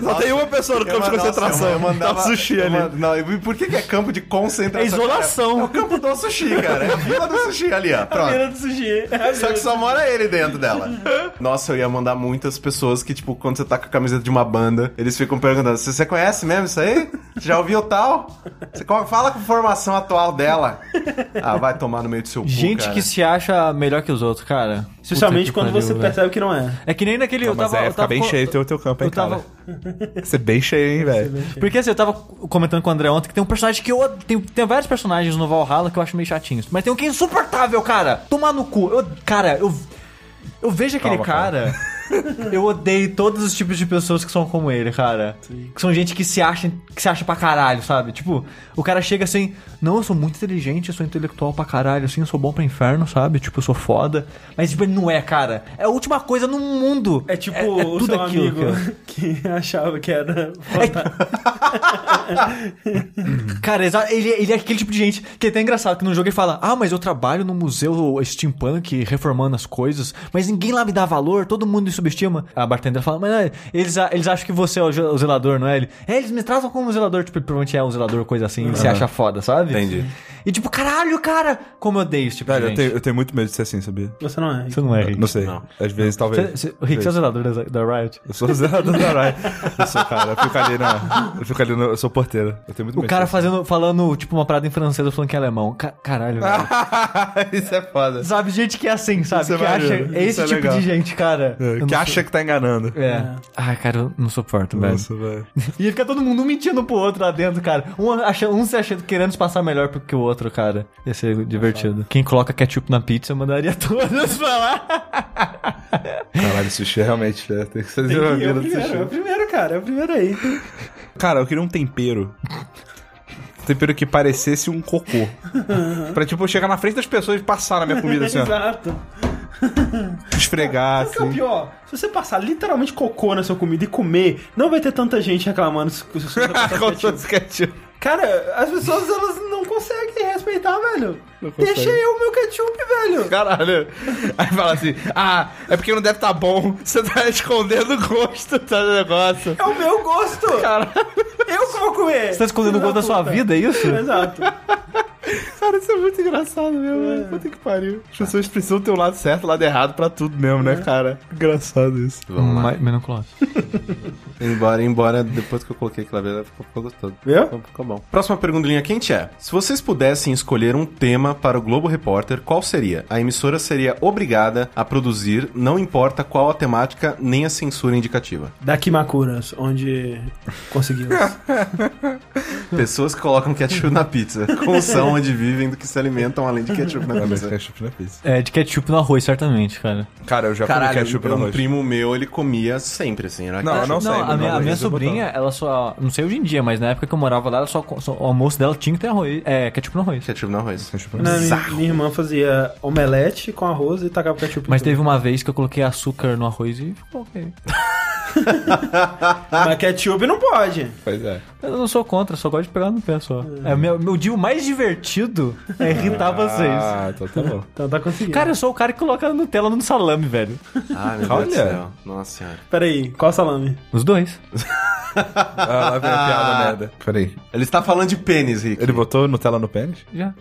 S3: Só tem uma pessoa no
S1: Eu
S3: campo de
S1: mandava- assim,
S3: concentração.
S1: eu mandava-
S3: Tá o sushi
S1: eu
S3: ali.
S1: mandava- Não, e por que, que é campo de
S4: É
S1: concentração? É o
S4: isolação.
S1: campo do sushi, cara. É a vila do sushi ali, ó. Pronto.
S2: Primeira do sushi. É
S1: Só que só mora ele dentro dela. Nossa, eu ia mandar muitas pessoas que, tipo, quando você tá com a camiseta de uma banda, eles ficam perguntando: "Se você conhece mesmo isso aí? Já ouviu tal? Você co- fala com a formação atual dela. Ah, vai tomar no meio do seu cu,
S4: Gente
S1: cara.
S4: que se acha melhor que os outros, cara.
S2: Especialmente
S4: Puta
S2: quando
S4: que
S2: você
S4: pariu, velho.
S2: percebe que não é.
S4: É que nem naquele. eu
S3: Mas
S4: tava,
S3: é,
S4: eu
S3: fica
S4: tava
S3: bem
S4: co-
S3: cheio o teu, teu campo, hein,
S4: Eu tava.
S3: cara. Você é bem cheio, hein, velho.
S4: Porque assim, eu tava comentando com o André ontem que tem um personagem que eu. od- Tem, tem vários personagens no Valhalla que eu acho meio chatinhos. Mas tem um que é insuportável, cara. Tomar no cu. Eu, cara, eu. Eu vejo aquele
S3: Calma,
S4: cara. Eu odeio todos os tipos de pessoas que são como ele, cara. Que são gente que se acha que se acha pra caralho, sabe? Tipo, o cara chega assim, não, eu sou muito inteligente, eu sou intelectual pra caralho, assim, eu sou bom pra inferno, sabe? Tipo, eu sou foda. Mas tipo, ele não é, cara. É a última coisa no mundo.
S2: É tipo
S4: é
S2: o
S4: tudo
S2: seu
S4: aquilo,
S2: amigo
S4: cara.
S2: que achava que era.
S4: Cara, exa- ele, ele é aquele tipo de gente que é até engraçado que no jogo ele fala: Ah, mas eu trabalho no museu steampunk reformando as coisas, mas ninguém lá me dá valor, todo mundo me subestima. A bartender fala: Mas é, eles, a- eles acham que você é o, ge- o zelador, não é? Ele, é, eles me tratam como um zelador, tipo, ele provavelmente é um zelador, coisa assim, ele se acha foda, sabe?
S1: Entendi.
S4: E tipo, caralho, cara, como eu odeio esse tipo
S3: Velho,
S4: de
S3: eu
S4: gente.
S3: tenho, eu tenho muito medo de ser assim, sabia?
S2: Você não é.
S4: Você não é, Rick.
S3: Não sei.
S1: Não.
S3: Às vezes,
S4: Você-
S3: talvez.
S4: você- o Rick, você é o zelador da, da Riot?
S3: Eu sou zelador da Rai. Eu sou, cara. Eu fico ali na. Eu fico ali no, Eu sou porteiro. Eu tenho muito
S4: O
S3: medo.
S4: cara
S3: disso.
S4: fazendo, falando, tipo, uma parada em francês, eu falando que é alemão. Ca- caralho, velho.
S3: Isso é foda.
S4: Sabe, gente que é assim, sabe?
S3: Isso é
S4: que acha.
S3: maneiro,
S4: É
S3: isso
S4: esse
S3: é
S4: tipo
S3: legal.
S4: de gente, cara. Eu
S3: É,
S4: não
S3: Que
S4: sei.
S3: acha que tá enganando.
S4: É. Ai, cara, eu não suporto, velho.
S3: Nossa, velho.
S4: E fica todo mundo um mentindo pro outro lá dentro, cara. Um, achando, um se achando querendo se passar melhor pro que o outro, cara. Ia ser divertido. Quem coloca ketchup na pizza, eu mandaria todas pra lá.
S3: Caralho, sushi é realmente. é, Tem que ser
S2: Tem que-
S3: uma
S2: é
S3: vida
S2: o
S3: do
S4: né?
S2: primeiro, é o
S3: sushi.
S2: primeiro, cara. É o primeiro aí.
S3: Cara, eu queria um tempero. tempero que parecesse um cocô. pra, tipo, eu chegar na frente das pessoas e passar na minha comida, assim, ó.
S2: Exato.
S3: Esfregar,
S2: Sabe o que é o
S3: assim.
S2: pior? Se você passar literalmente cocô na sua comida e comer, não vai ter tanta gente reclamando que o seu
S3: Com todo ketchup.
S2: tá Cara, as pessoas elas não conseguem respeitar, velho.
S3: consegue.
S2: Deixa eu meu ketchup, velho.
S3: Caralho. Aí fala assim, ah, é porque não deve tá bom, você tá escondendo o gosto do negócio.
S2: É o meu gosto. Eu que vou comer.
S4: Você tá escondendo o
S2: Filho
S4: gosto da sua
S2: puta.
S4: vida, é isso?
S2: Exato.
S3: Cara, isso é muito engraçado mesmo, velho. Puta que pariu. As pessoas precisam ter o lado certo e o lado errado pra tudo mesmo, né, cara? Engraçado isso.
S1: Vamos lá.
S4: Mas, mas não coloca.
S1: Embora, embora, depois que eu coloquei aquela vez, ficou, ficou gostoso.
S2: Viu?
S1: Então ficou bom. Próxima pergunta linha quente é: Se vocês pudessem escolher um tema para o Globo Repórter, qual seria? A emissora seria obrigada a produzir, não importa qual a temática, nem a censura indicativa.
S2: Da Kimakuras, onde conseguimos.
S1: Pessoas que colocam ketchup na pizza. Como são onde vivem do que se alimentam além de ketchup na pizza.
S4: É, de ketchup no arroz, certamente, cara.
S3: Cara, eu já comi ketchup no
S1: um
S3: arroz.
S1: primo meu, ele comia sempre, assim. Era
S3: Não,
S1: ketchup.
S3: não sei.
S4: a minha, a
S3: arroz
S4: minha
S3: eu
S4: sobrinha, ela só. Não sei hoje em dia, mas na época que eu morava lá, ela só, só- o almoço dela tinha que ter arroz. É, ketchup no arroz.
S1: Ketchup no arroz.
S3: Ketchup no
S2: Não, minha, minha irmã fazia omelete com arroz e tacava ketchup. em
S4: Mas
S1: Então, né?
S2: tudo.
S4: teve uma vez que eu coloquei açúcar no arroz e ficou ok.
S2: Mas ketchup não pode.
S3: Pois é.
S4: Eu não sou contra, só gosto de pegar no pé só. É, meu, meu dia mais divertido é irritar vocês.
S3: Ah, então tá bom.
S2: Então tá conseguindo.
S4: Cara, eu sou o cara que coloca Nutella no salame, velho.
S1: Ai, Ah, meu
S3: Olha.
S1: Deus do céu. Nossa senhora.
S2: peraí, qual salame?
S4: Os dois.
S3: Ah, lá vem a piada merda. Peraí.
S1: Ele está falando de pênis, Rick.
S3: Ele botou Nutella no pênis?
S4: Já.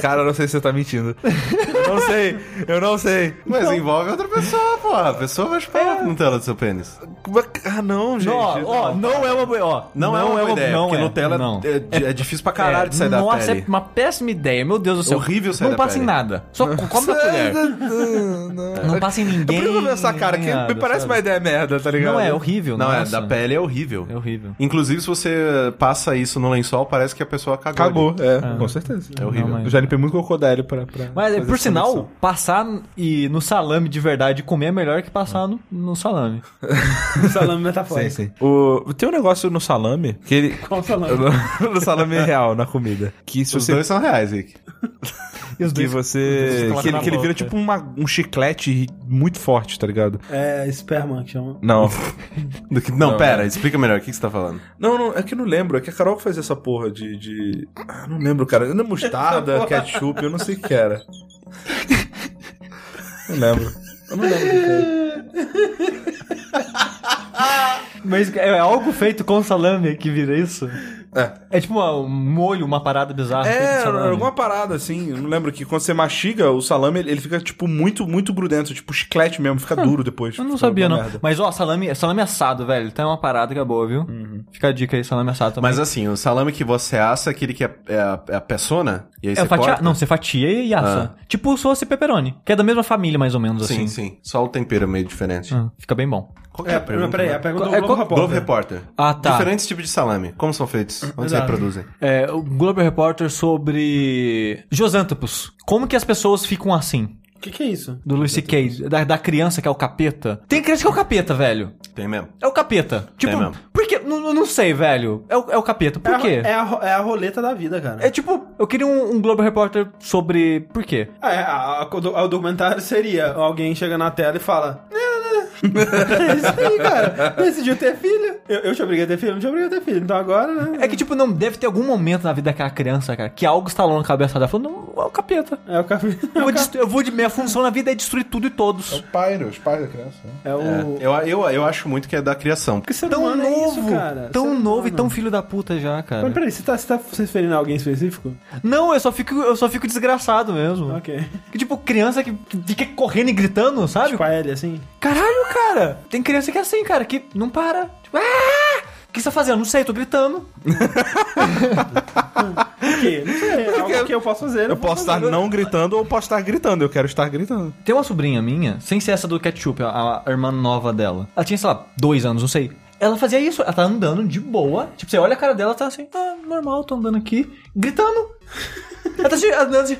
S3: Cara, eu não sei se você tá mentindo. Eu não sei, eu não sei.
S1: Mas envolve outra pessoa, pô. A pessoa vai chupar a Nutella do seu pênis.
S3: Ah, não, gente.
S4: Não, ó, ó, não é uma boa. Ó,
S1: Não, é uma boa ideia,
S4: não
S1: porque
S4: é,
S1: Nutella
S4: não.
S1: É, é difícil pra caralho de sair da
S4: Nossa,
S1: pele.
S4: é uma péssima ideia, meu Deus do céu.
S1: Horrível sair
S4: Não
S1: da
S4: passa
S1: pele.
S4: em nada. Só come na colher. Não passa em ninguém.
S3: Eu preciso pensar, cara, que
S4: nada,
S3: me parece
S4: sabe?
S3: uma ideia merda, tá ligado?
S4: Não é horrível,
S1: Não,
S4: nossa.
S1: é, da pele é horrível.
S4: É horrível.
S1: Inclusive, se você passa isso no lençol, parece que a pessoa cagou.
S3: Cagou,
S1: ali.
S3: é, com certeza.
S1: É horrível.
S4: Não, mas-
S3: Eu já limpei muito crocodilo pra. pra
S4: Mas
S3: fazer
S4: por
S3: essa
S4: sinal,
S3: missão.
S4: passar e no salame de verdade e comer é melhor que passar no, no salame.
S2: Salame metafórico.
S3: O, tem um negócio no salame que ele.
S2: Qual salame?
S3: no salame é real, na comida. Que se
S1: Os
S3: você.
S1: dois são reais, Rick.
S4: E os
S3: Que
S4: dois
S3: você.
S4: colocam
S3: Que ele,
S4: na
S3: que ele vira
S4: boca.
S3: tipo uma- um chiclete muito forte, tá ligado?
S2: É, esperma que chama.
S3: Não.
S1: Do que- Não,
S3: Não,
S1: pera, explica melhor. O que que você tá falando?
S3: não, não, é que eu não lembro. É que a Carol que fazia essa porra de. de... Ah, não lembro, cara. Não é mostarda, ketchup, eu não sei o que era. Não lembro. Eu não lembro. do que era.
S4: Mas é algo feito com salame que vira isso? É. tipo uma- um molho, uma parada bizarra. feita
S3: É,
S4: com salame.
S3: alguma parada assim. Eu não lembro que quando você mastiga o salame, ele, ele fica, tipo, muito, muito grudento. Tipo, chiclete mesmo, fica duro depois.
S4: Eu não
S3: Fica
S4: sabia,
S3: uma
S4: não.
S3: merda.
S4: Mas, ó, salame, salame assado, velho. Tem uma parada que é boa, viu? Fica a dica aí, salame assado também.
S1: Mas assim, o salame que você assa é aquele que é, é a, é a peçona? E aí
S4: é
S1: você
S4: fatia...
S1: corta?
S4: Não, você fatia e assa. Tipo se fosse pepperoni, que é da mesma família, mais ou menos,
S1: Sim,
S4: assim.
S1: sim. Só o tempero é meio diferente.
S4: Ah, fica bem bom.
S1: Qual que é
S2: É,
S1: a pergunta?
S2: peraí,
S1: né?
S2: a pergunta do
S4: É,
S2: Globo
S4: qual-
S2: Repórter.
S1: Globo Repórter.
S4: Ah, tá.
S1: Diferentes tipos de salame. Como são feitos? Onde se
S2: Exato.
S1: reproduzem?
S4: É, o Globo Repórter sobre Josântopos. Como que as pessoas ficam assim?
S2: O que, que é isso?
S4: Do Lucy C.K., da, da criança que é o capeta. Tem criança que é o capeta, velho.
S1: Tem mesmo.
S4: É o capeta. Tipo,
S1: mesmo.
S4: por quê? N- n- não sei, velho. É o, é o capeta. Por
S2: é
S4: quê?
S2: A, é, a, ro- é a roleta da vida, cara.
S4: É tipo, eu queria um, um Globo Repórter sobre. Por quê?
S2: Ah, é, a- a- o documentário seria alguém chega na tela e fala. "Né, né, né." É isso aí, cara. Decidiu ter filho. Eu, eu te obriguei a ter filho? Não te obriguei a ter filho. Então agora, né?
S4: É que, tipo, não deve ter algum momento na vida daquela criança, cara, que algo estalou na cabeça dela. Falou, não, é o capeta.
S2: É o café.
S4: Eu vou, destru- eu vou de. Minha função na vida é destruir tudo e todos.
S3: pai, né? os pais da criança. né?
S2: É o.
S1: Eu, eu, eu acho muito que é da criação.
S2: Que ser
S4: Tão
S2: humano é
S4: novo,
S2: isso, cara?
S4: tão
S2: Ser
S4: novo e
S2: humano.
S4: tão filho da puta já,
S2: Mas
S4: cara.
S2: peraí, você tá, você tá se referindo a alguém específico?
S4: Não, eu só fico, eu só fico desgraçado mesmo.
S2: Ok.
S4: Que, tipo, criança que que fica correndo e gritando, sabe?
S2: Tipo a Ellie, assim?
S4: Caralho, cara! Tem criança que é assim, cara, que não para. Tipo, ah! O que você tá fazendo? Não sei, tô gritando.
S2: Por quê? Não sei. É algo que eu posso fazer.
S3: Eu posso estar não gritando ou posso estar gritando. Eu quero estar gritando.
S4: Tem uma sobrinha minha, sem ser essa do ketchup, a, a irmã nova dela. Ela tinha, sei lá, dois anos, não sei. Ela fazia isso, ela tá andando de boa. Tipo, você olha a cara dela, ela tá assim, ah, normal, tô andando aqui, gritando. Ela tá assim, andando assim,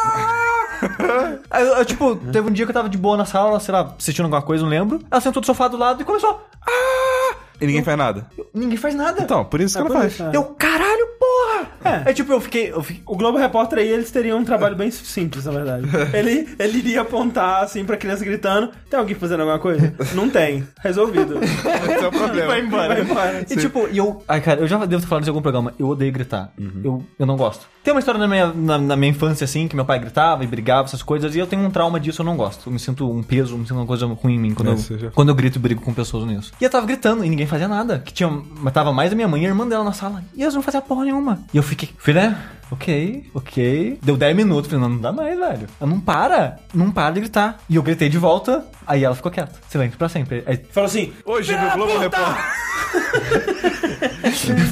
S4: ah! Aí, eu, eu, tipo, teve um dia que eu tava de boa na sala, ela, sei lá, assistindo alguma coisa, não lembro. Ela sentou do sofá do lado e começou, ah!
S3: E ninguém faz nada.
S4: Eu- Ninguém faz nada.
S3: Então, por isso que
S2: É
S3: ela
S2: por
S3: faz.
S4: né?
S2: isso, é.
S4: Eu, caralho, porra! É tipo, eu fiquei. Eu fiquei
S2: O Globo Repórter aí, eles teriam um trabalho bem simples, na verdade. Ele, ele iria apontar, assim, pra criança gritando: tem alguém fazendo alguma coisa? Não tem. Resolvido.
S3: Esse é o problema.
S2: embora. Vai embora.
S4: E tipo, e eu. Ai, cara, eu já devo ter falado isso em algum programa. Eu odeio gritar.
S3: Uhum.
S4: Eu, eu não gosto. Tem uma história na minha, na, na minha infância, assim, que meu pai gritava e brigava, essas coisas, e eu tenho um trauma disso, eu não gosto. Eu me sinto um peso, me sinto uma coisa ruim em mim quando,
S3: É,
S4: eu,
S3: você já-
S4: quando eu grito e brigo com pessoas nisso. E eu tava gritando e ninguém fazia nada. Que tinha. mas Tava mais a minha mãe e a irmã dela na sala. E elas não faziam porra nenhuma. E eu fiquei, filha. Ok, ok. Deu 10 minutos, falei, não, não dá mais, velho. Ela não para, não para de gritar. E eu gritei de volta, aí ela ficou quieta. Silêncio pra sempre. Aí
S2: Falou assim:
S3: Hoje no Globo Repórter.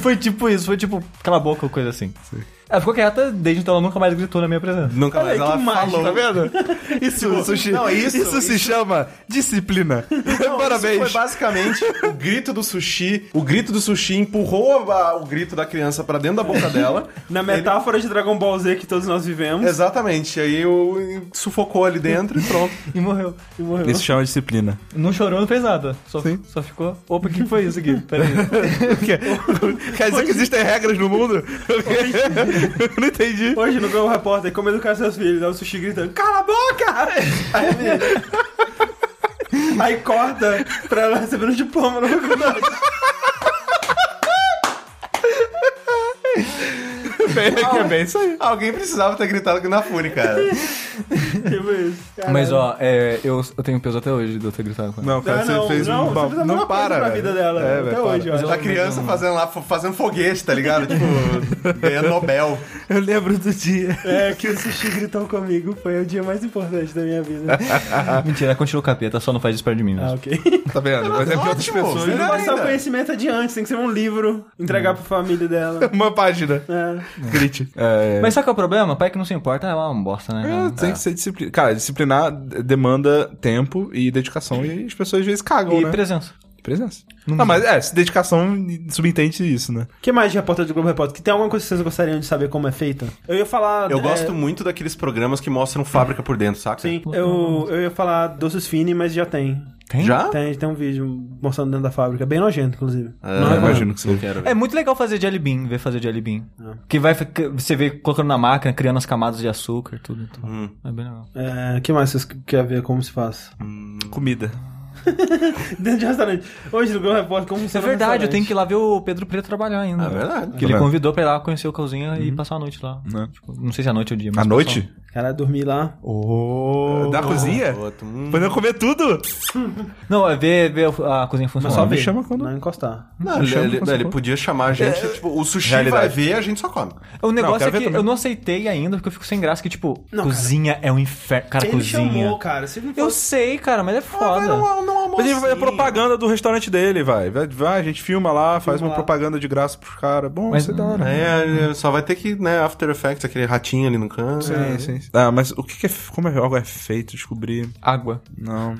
S4: foi tipo isso, foi tipo, cala a boca ou coisa assim. Ela ficou quieta, desde então ela nunca mais gritou na minha presença.
S1: Nunca mais
S2: Olha aí,
S1: ela
S2: que mágica.
S1: falou.
S3: Tá vendo? Isso, sushi.
S1: não, isso-
S3: se chama disciplina. Parabéns.
S1: Isso foi basicamente o grito do sushi. O grito do sushi empurrou a- o grito da criança pra dentro da boca dela.
S2: na metáfora de Dragon Ball Z que todos nós vivemos.
S1: Exatamente. Aí o sufocou ali dentro e pronto.
S4: E morreu.
S2: E morreu.
S3: Isso chama disciplina.
S4: Não chorou, não fez nada. Só,
S3: Sim.
S4: só ficou. Opa, o que foi isso aqui? Peraí.
S3: Quer dizer que existem regras no mundo? Eu não entendi.
S2: Hoje no Globo Repórter, como educar seus filhos, é o sushi gritando: Cala a boca! Aí, menina. Aí corta pra ela receber um diploma no faculdade.
S3: É bem isso aí.
S1: Alguém precisava ter gritado na Fúria, cara.
S2: Tipo isso. Caralho.
S4: Mas ó, é, eu, eu tenho peso até hoje de eu ter gritado com ela.
S3: Não, cara,
S2: Ah,
S3: você
S2: não,
S3: fez
S2: não,
S3: um...
S2: você fez a melhor coisa pra
S3: velho.
S2: vida dela,
S3: É,
S2: até
S3: velho, para.
S2: hoje, eu acho.
S1: Da criança fazendo lá, fazendo foguete, tá ligado? Tipo, ganhando Nobel.
S3: Eu lembro do dia.
S2: É, que o sushi gritou comigo foi o dia mais importante da minha vida.
S4: Ah, Mentira, ela continua o capeta, só não faz isso perto de mim mesmo.
S2: Ah, ok.
S3: Tá vendo? Mas é porque outras
S1: Ótimo.
S3: pessoas... né?
S1: Melhor
S2: Passar o
S1: ainda.
S2: conhecimento adiante, tem que ser um livro, entregar pra família dela.
S3: Uma página.
S2: É.
S3: Grite. É,
S4: Mas sabe qual é o problema? Pai que não se importa é uma bosta, né?
S3: É,
S4: cara?
S3: tem que ser disciplina. Cara, disciplinar d- demanda tempo e dedicação e as pessoas às vezes cagam,
S4: E
S3: né?
S4: presença.
S3: Presença. Não, mas é, se dedicação subentende isso, né?
S2: O que mais de repórter do Globo Repórter? Que tem alguma coisa que vocês gostariam de saber como é feita? Eu ia falar.
S1: Eu
S2: é,
S1: gosto muito daqueles programas que mostram fábrica por dentro, saca?
S2: Sim, eu, eu ia falar doces fini, mas já tem.
S4: Tem?
S1: Já?
S2: Tem, tem um vídeo mostrando dentro da fábrica, bem nojento, inclusive.
S1: Ah,
S2: Não
S3: eu
S2: recomendo.
S3: imagino que seja.
S1: Quero ver.
S4: É muito legal fazer jelly bean, ver fazer jelly bean. Que vai ficar- você vê colocando na máquina, criando as camadas de açúcar, tudo. tudo. É bem legal.
S2: É, o que mais vocês querem ver como se faz?
S3: Comida.
S2: Dentro de restaurante. Hoje no Globo Repórter, como
S4: É
S2: funciona
S4: verdade, eu tenho que ir lá ver o Pedro Preto trabalhar ainda.
S1: É verdade.
S4: Que ele
S3: Tá vendo?
S4: convidou pra ir lá conhecer o Calzinha e passar a noite lá.
S3: Né?
S4: Tipo, não sei se é a noite ou o dia, mas.
S3: À noite?
S2: Cara, dormir lá.
S4: Oh.
S3: Da cozinha?
S1: Outro, hum.
S3: Podendo comer tudo?
S4: Não, é ver, ver a cozinha funcionando.
S3: só
S2: ver,
S3: me chama quando-
S2: Não encostar.
S1: Não,
S3: Me
S1: ele,
S3: chama
S1: ele-
S3: pra
S1: não, ele
S3: supor.
S1: podia chamar a gente, tipo, o sushi vai
S3: Realidade.
S1: ver, a gente só come.
S4: O
S3: Não, eu
S4: negócio
S3: quero
S4: é
S3: ver
S4: que
S3: também.
S4: eu não aceitei ainda, porque eu fico sem graça, que tipo,
S2: Não,
S4: cozinha é um inferno. Cara,
S2: Ele
S4: cozinha.
S2: chamou, cara. Se não
S4: Eu
S2: fosse...
S4: sei, cara, mas é foda.
S3: Mas ele vai fazer propaganda do restaurante dele, vai. Vai, vai, a gente filma lá, faz uma
S2: lá.
S3: propaganda de graça pros caras. Bom,
S4: Mas-
S3: isso é da hora.
S1: É, é, só vai ter que, né, After Effects, aquele ratinho ali no canto.
S3: Sim, sim, sim. Ah, mas o que, que é. f- Como é, algo é feito? Descobrir.
S4: Água.
S3: Não.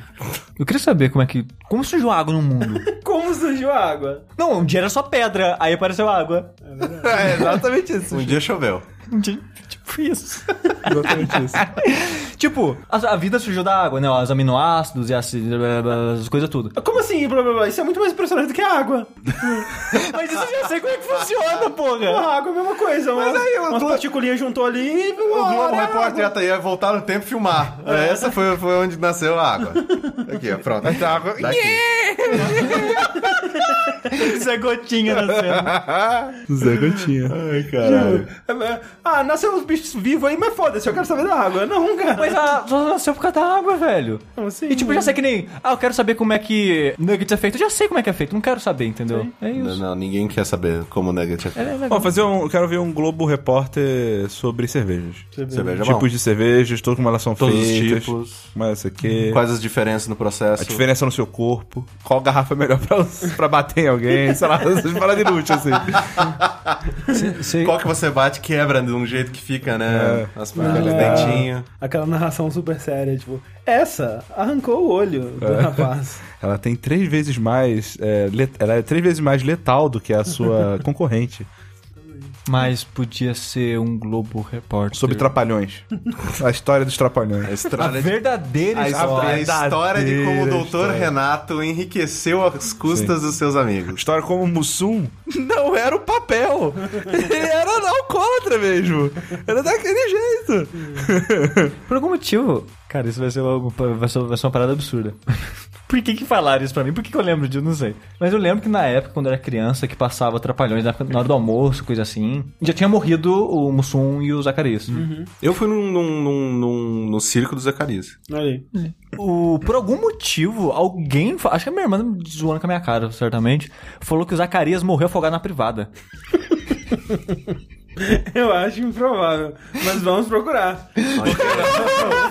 S4: Eu queria saber como é que. Como sujou água no mundo?
S2: Como surgiu a água?
S4: não, um dia era só pedra, aí apareceu água.
S3: é exatamente isso.
S1: Um dia choveu.
S4: Um dia, tipo isso.
S3: Exatamente isso.
S4: tipo, a, a vida surgiu da água, né? Os aminoácidos e as, as coisas tudo.
S2: Como assim, blá blá blá? Isso é muito mais impressionante do que a água.
S4: Mas isso eu já sei como é que funciona, porra.
S2: A água é a mesma coisa. Mas
S1: aí, o
S2: umas
S1: Globo-
S2: particulinhas juntou ali e...
S1: O Globo Repórter já tá aí, vai voltar no tempo e filmar. É, Essa foi, foi onde nasceu a água. Aqui, ó, pronto.
S3: Tá, agora-
S1: Daqui.
S4: Isso é gotinha na cena.
S3: Zé Gotinha.
S1: Ai, caralho.
S2: Ah, nasceu uns bichos vivos aí, mas foda-se, eu quero saber da água. Não, cara.
S4: Mas a só nasceu por causa da água, velho.
S2: Não, sim.
S4: E tipo, eu já sei que nem. Ah, eu quero saber como é que Nuggets é feito. Eu já sei como é que é feito, não quero saber, entendeu? É
S1: Não,
S4: isso.
S1: não, ninguém quer saber como o Nugget é feito.
S3: Bom, fazer um, eu quero ver um Globo Repórter sobre cervejas. É,
S1: Cerveja
S3: tipos
S1: bom.
S3: de cervejas, todas como elas são
S1: Tipo, Todos os
S3: feitas.
S1: tipos.
S3: Mas isso aqui.
S1: É. Quais as diferenças no processo?
S3: A diferença é no seu corpo. Qual garrafa é melhor pra, pra bater em alguém? Sei lá, essas paradas inúteis, assim.
S4: Cê-
S1: Qual é que você bate quebra de um jeito que fica, né? As aqueles dentinhos.
S2: Aquela narração super séria, tipo, essa arrancou o olho do rapaz.
S3: Ela tem três vezes mais. é, let- Ela é três vezes mais letal do que a sua concorrente.
S4: Mas podia ser um Globo Repórter.
S3: Sobre Trapalhões. A história dos
S1: A
S3: Trapalhões.
S4: A
S1: história de
S4: verdadeira
S1: A
S4: história.
S3: É
S1: história, é. a história de como o
S3: verdadeira
S1: doutor
S3: história.
S1: Renato enriqueceu às custas dos seus amigos.
S3: História como o Mussum não era o papel. Ele era alcoólatra mesmo. Era daquele jeito.
S4: Por algum motivo. Cara, isso vai ser uma, vai ser, vai ser uma parada absurda. Por que, que falaram isso pra mim? Por que, que eu lembro disso? Não sei. Mas eu lembro que na época, quando eu era criança, que passava trapalhões na, na hora do almoço, coisa assim, já tinha morrido o Mussum e o Zacarias.
S1: Eu fui num, num, num, num- no circo do Zacarias.
S2: Olha aí.
S4: O, por algum motivo, alguém. fa- Acho que a minha irmã tá zoando com a minha cara, certamente. Falou que o Zacarias morreu afogado na privada.
S2: Eu acho improvável, mas vamos procurar.